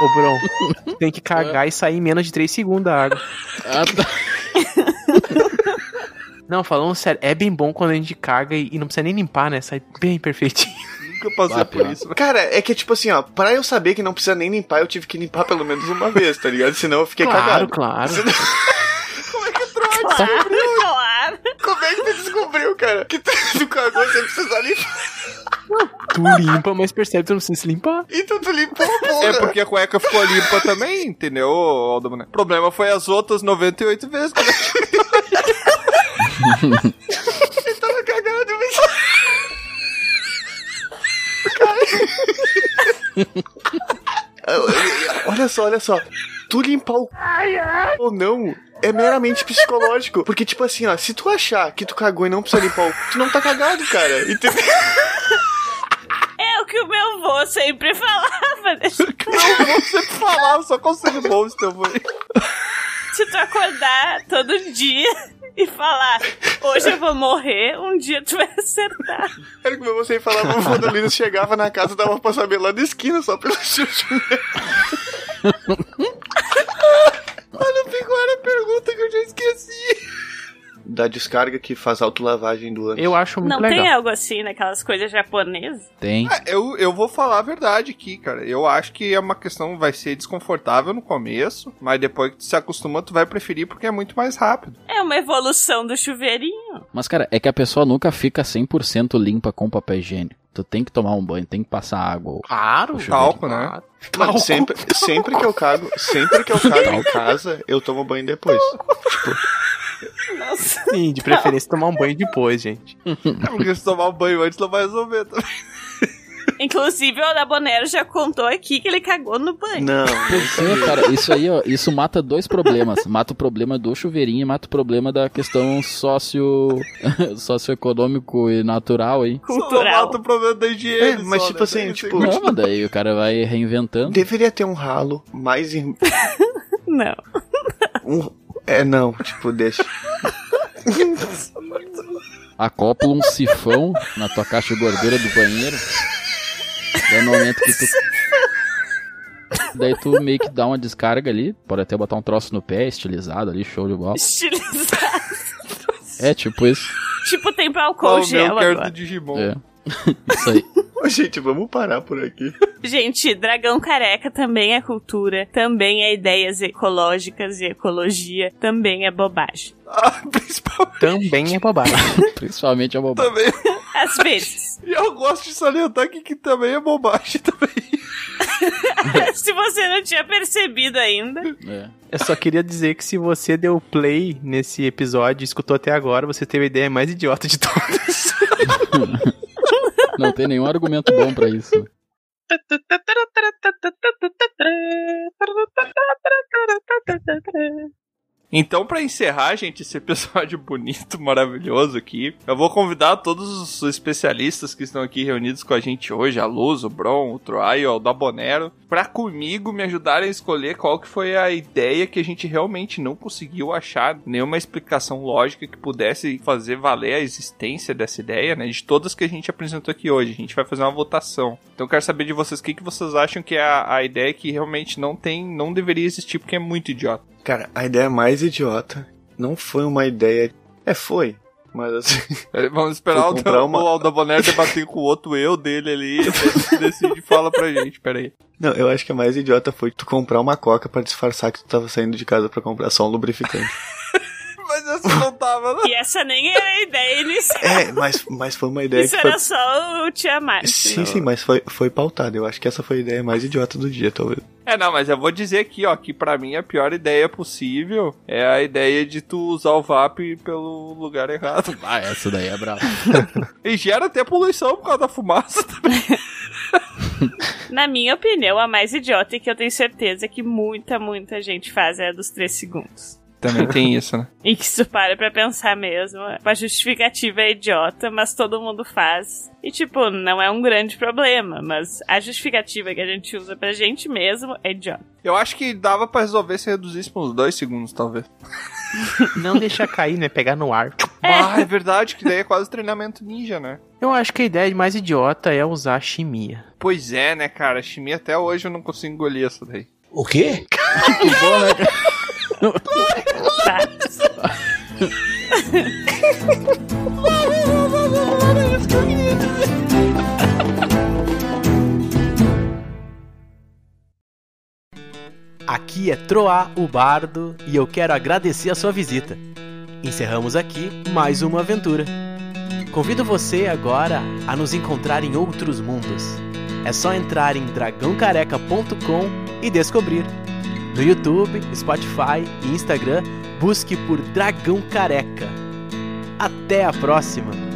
[SPEAKER 11] Ô, Bron, tem que cagar e sair em menos de 3 segundos da água.
[SPEAKER 7] Ah, tá.
[SPEAKER 11] Não, falando sério, é bem bom quando a gente caga e, e não precisa nem limpar, né? Sai bem perfeitinho.
[SPEAKER 4] Nunca passei
[SPEAKER 7] Vai,
[SPEAKER 4] por
[SPEAKER 7] pior.
[SPEAKER 4] isso.
[SPEAKER 5] Cara, é que tipo assim, ó, pra eu saber que não precisa nem limpar, eu tive que limpar pelo menos uma vez, tá ligado? Senão eu fiquei
[SPEAKER 11] claro,
[SPEAKER 5] cagado.
[SPEAKER 11] claro.
[SPEAKER 6] Claro, claro.
[SPEAKER 5] Como é que tu descobriu, cara? Que tu, tu cagou sem precisar limpar.
[SPEAKER 11] Tu limpa, mas percebe que tu não precisa se limpar.
[SPEAKER 5] Então tu limpou a porra.
[SPEAKER 4] É porque a cueca ficou limpa também, entendeu, Aldomano? O problema foi as outras 98 vezes.
[SPEAKER 5] eu tava cagado, mas... Cara... olha só, olha só. Tu limpar o... c- Ou não... É meramente psicológico. Porque, tipo assim, ó, se tu achar que tu cagou e não precisa limpar o. c- Tu não tá cagado, cara. Entendeu?
[SPEAKER 6] É o que o meu avô sempre falava. né?
[SPEAKER 4] Não vou sempre falar, eu só consigo bom se
[SPEAKER 5] então
[SPEAKER 4] eu vou.
[SPEAKER 6] Se tu acordar todo dia e falar, hoje eu vou morrer, um dia tu vai acertar.
[SPEAKER 5] Era que você falava, o Vandalino chegava na casa, dava pra saber lá da esquina, só pelo chuchu.
[SPEAKER 4] Olha, pegou era a pergunta que eu já esqueci.
[SPEAKER 5] Da descarga que faz autolavagem do ano.
[SPEAKER 11] Eu acho muito
[SPEAKER 6] Não
[SPEAKER 11] legal.
[SPEAKER 6] tem algo assim naquelas coisas japonesas?
[SPEAKER 7] Tem.
[SPEAKER 4] Eu, eu vou falar a verdade aqui, cara. Eu acho que é uma questão vai ser desconfortável no começo, mas depois que tu se acostuma, tu vai preferir porque é muito mais rápido.
[SPEAKER 6] É uma evolução do chuveirinho.
[SPEAKER 7] Mas, cara, é que a pessoa nunca fica 100% limpa com papel higiênico. Tu tem que tomar um banho, tem que passar água.
[SPEAKER 11] Claro,
[SPEAKER 7] Deixa eu ver
[SPEAKER 4] Talco, né?
[SPEAKER 6] Tá
[SPEAKER 5] Mano, sempre, sempre que eu cago, sempre que eu cago em casa, eu tomo banho depois.
[SPEAKER 6] Nossa.
[SPEAKER 11] Sim, de preferência tomar um banho depois, gente.
[SPEAKER 4] É porque se tomar banho antes, não vai resolver.
[SPEAKER 6] Inclusive, o Adabonero já contou aqui que ele cagou no banho.
[SPEAKER 7] Não. Sim, cara, isso aí, ó, isso mata dois problemas. Mata o problema do chuveirinho e mata o problema da questão sócio... socioeconômico e natural, hein?
[SPEAKER 4] Cultural. Só mata o problema da higiene.
[SPEAKER 5] É, mas
[SPEAKER 4] só,
[SPEAKER 5] tipo
[SPEAKER 4] né?
[SPEAKER 5] assim,
[SPEAKER 4] Tem-
[SPEAKER 5] tipo-
[SPEAKER 7] Não, mas daí o cara vai reinventando.
[SPEAKER 5] Deveria ter um ralo mais. em-
[SPEAKER 6] Não.
[SPEAKER 5] Um... É, não, tipo, deixa.
[SPEAKER 7] Acopla um sifão na tua caixa de gordura do banheiro. Daí no momento que tu. Daí tu meio que dá uma descarga ali. Pode até botar um troço no pé, estilizado ali, show de bola.
[SPEAKER 6] Estilizado.
[SPEAKER 7] É tipo isso.
[SPEAKER 6] tipo, tem pra álcool gel agora.
[SPEAKER 4] Digimon.
[SPEAKER 7] É. Isso aí.
[SPEAKER 5] Ô, gente, vamos parar por aqui.
[SPEAKER 6] Gente, dragão careca também é cultura, também é ideias ecológicas e ecologia, também é bobagem.
[SPEAKER 2] Também é bobagem.
[SPEAKER 7] Principalmente a bobagem.
[SPEAKER 6] Às vezes.
[SPEAKER 4] E eu gosto de salientar que, que também é bobagem também.
[SPEAKER 6] Se você não tinha percebido ainda.
[SPEAKER 7] é.
[SPEAKER 11] Eu só queria dizer que se você deu play nesse episódio e escutou até agora, você teve a ideia mais idiota de todas.
[SPEAKER 7] Não tem nenhum argumento bom pra isso.
[SPEAKER 4] Então, pra encerrar, gente, esse episódio bonito, maravilhoso aqui, eu vou convidar todos os especialistas que estão aqui reunidos com a gente hoje, a Luz, o Bron, o Troy, o Dabonero, pra comigo me ajudarem a escolher qual que foi a ideia que a gente realmente não conseguiu achar nenhuma explicação lógica que pudesse fazer valer a existência dessa ideia, né? De todas que a gente apresentou aqui hoje. A gente vai fazer uma votação. Então eu quero saber de vocês o que, que vocês acham que é a, a ideia que realmente não tem, não deveria existir, porque é muito idiota.
[SPEAKER 5] Cara, a ideia mais idiota não foi uma ideia. É, foi. Mas assim.
[SPEAKER 4] É, Vamos esperar
[SPEAKER 5] Vou
[SPEAKER 4] o,
[SPEAKER 5] comprar
[SPEAKER 4] da,
[SPEAKER 5] uma-
[SPEAKER 4] o Aldabonero debater com o outro eu dele ali. ele Decide e fala pra gente, peraí.
[SPEAKER 5] Não, eu acho que a mais idiota foi tu comprar uma coca pra disfarçar que tu tava saindo de casa pra comprar só um lubrificante.
[SPEAKER 4] Mas essa não tava, né? não.
[SPEAKER 6] E essa nem era a ideia inicial.
[SPEAKER 5] é, mas, mas foi uma ideia
[SPEAKER 6] Isso
[SPEAKER 5] que foi.
[SPEAKER 6] era só o Tiamat.
[SPEAKER 5] Sim, sim, mas foi, foi pautada. Eu acho que essa foi a ideia mais idiota do dia, talvez.
[SPEAKER 4] É, não, mas eu vou dizer aqui, ó, que pra mim a pior ideia possível é a ideia de tu usar o VAP pelo lugar errado.
[SPEAKER 7] Ah, essa daí é brava.
[SPEAKER 4] E gera até poluição por causa da fumaça também.
[SPEAKER 6] Na minha opinião, a mais idiota e que eu tenho certeza que muita, muita gente faz é a dos três segundos.
[SPEAKER 4] Também tem isso, né?
[SPEAKER 6] E que se tu para pra pensar mesmo, a justificativa é idiota, mas todo mundo faz. E tipo, não é um grande problema, mas a justificativa que a gente usa pra gente mesmo é idiota.
[SPEAKER 4] Eu acho que dava pra resolver se reduzisse pra uns dois segundos, talvez.
[SPEAKER 11] Não deixa cair, né? Pegar no ar.
[SPEAKER 4] Ah, é verdade, que daí é quase treinamento ninja, né?
[SPEAKER 11] Eu acho que a ideia mais idiota é usar a chimia.
[SPEAKER 4] Pois é, né, cara? Chimia até hoje eu não consigo engolir essa daí.
[SPEAKER 8] O quê?
[SPEAKER 7] Muito bom, né, cara?
[SPEAKER 6] Tá?
[SPEAKER 2] Aqui é Troá, o Bardo, e eu quero agradecer a sua visita. Encerramos aqui mais uma aventura. Convido você agora a nos encontrar em outros mundos. É só entrar em dragãocareca.com e descobrir. No YouTube, Spotify e Instagram, busque por Dragão Careca. Até a próxima!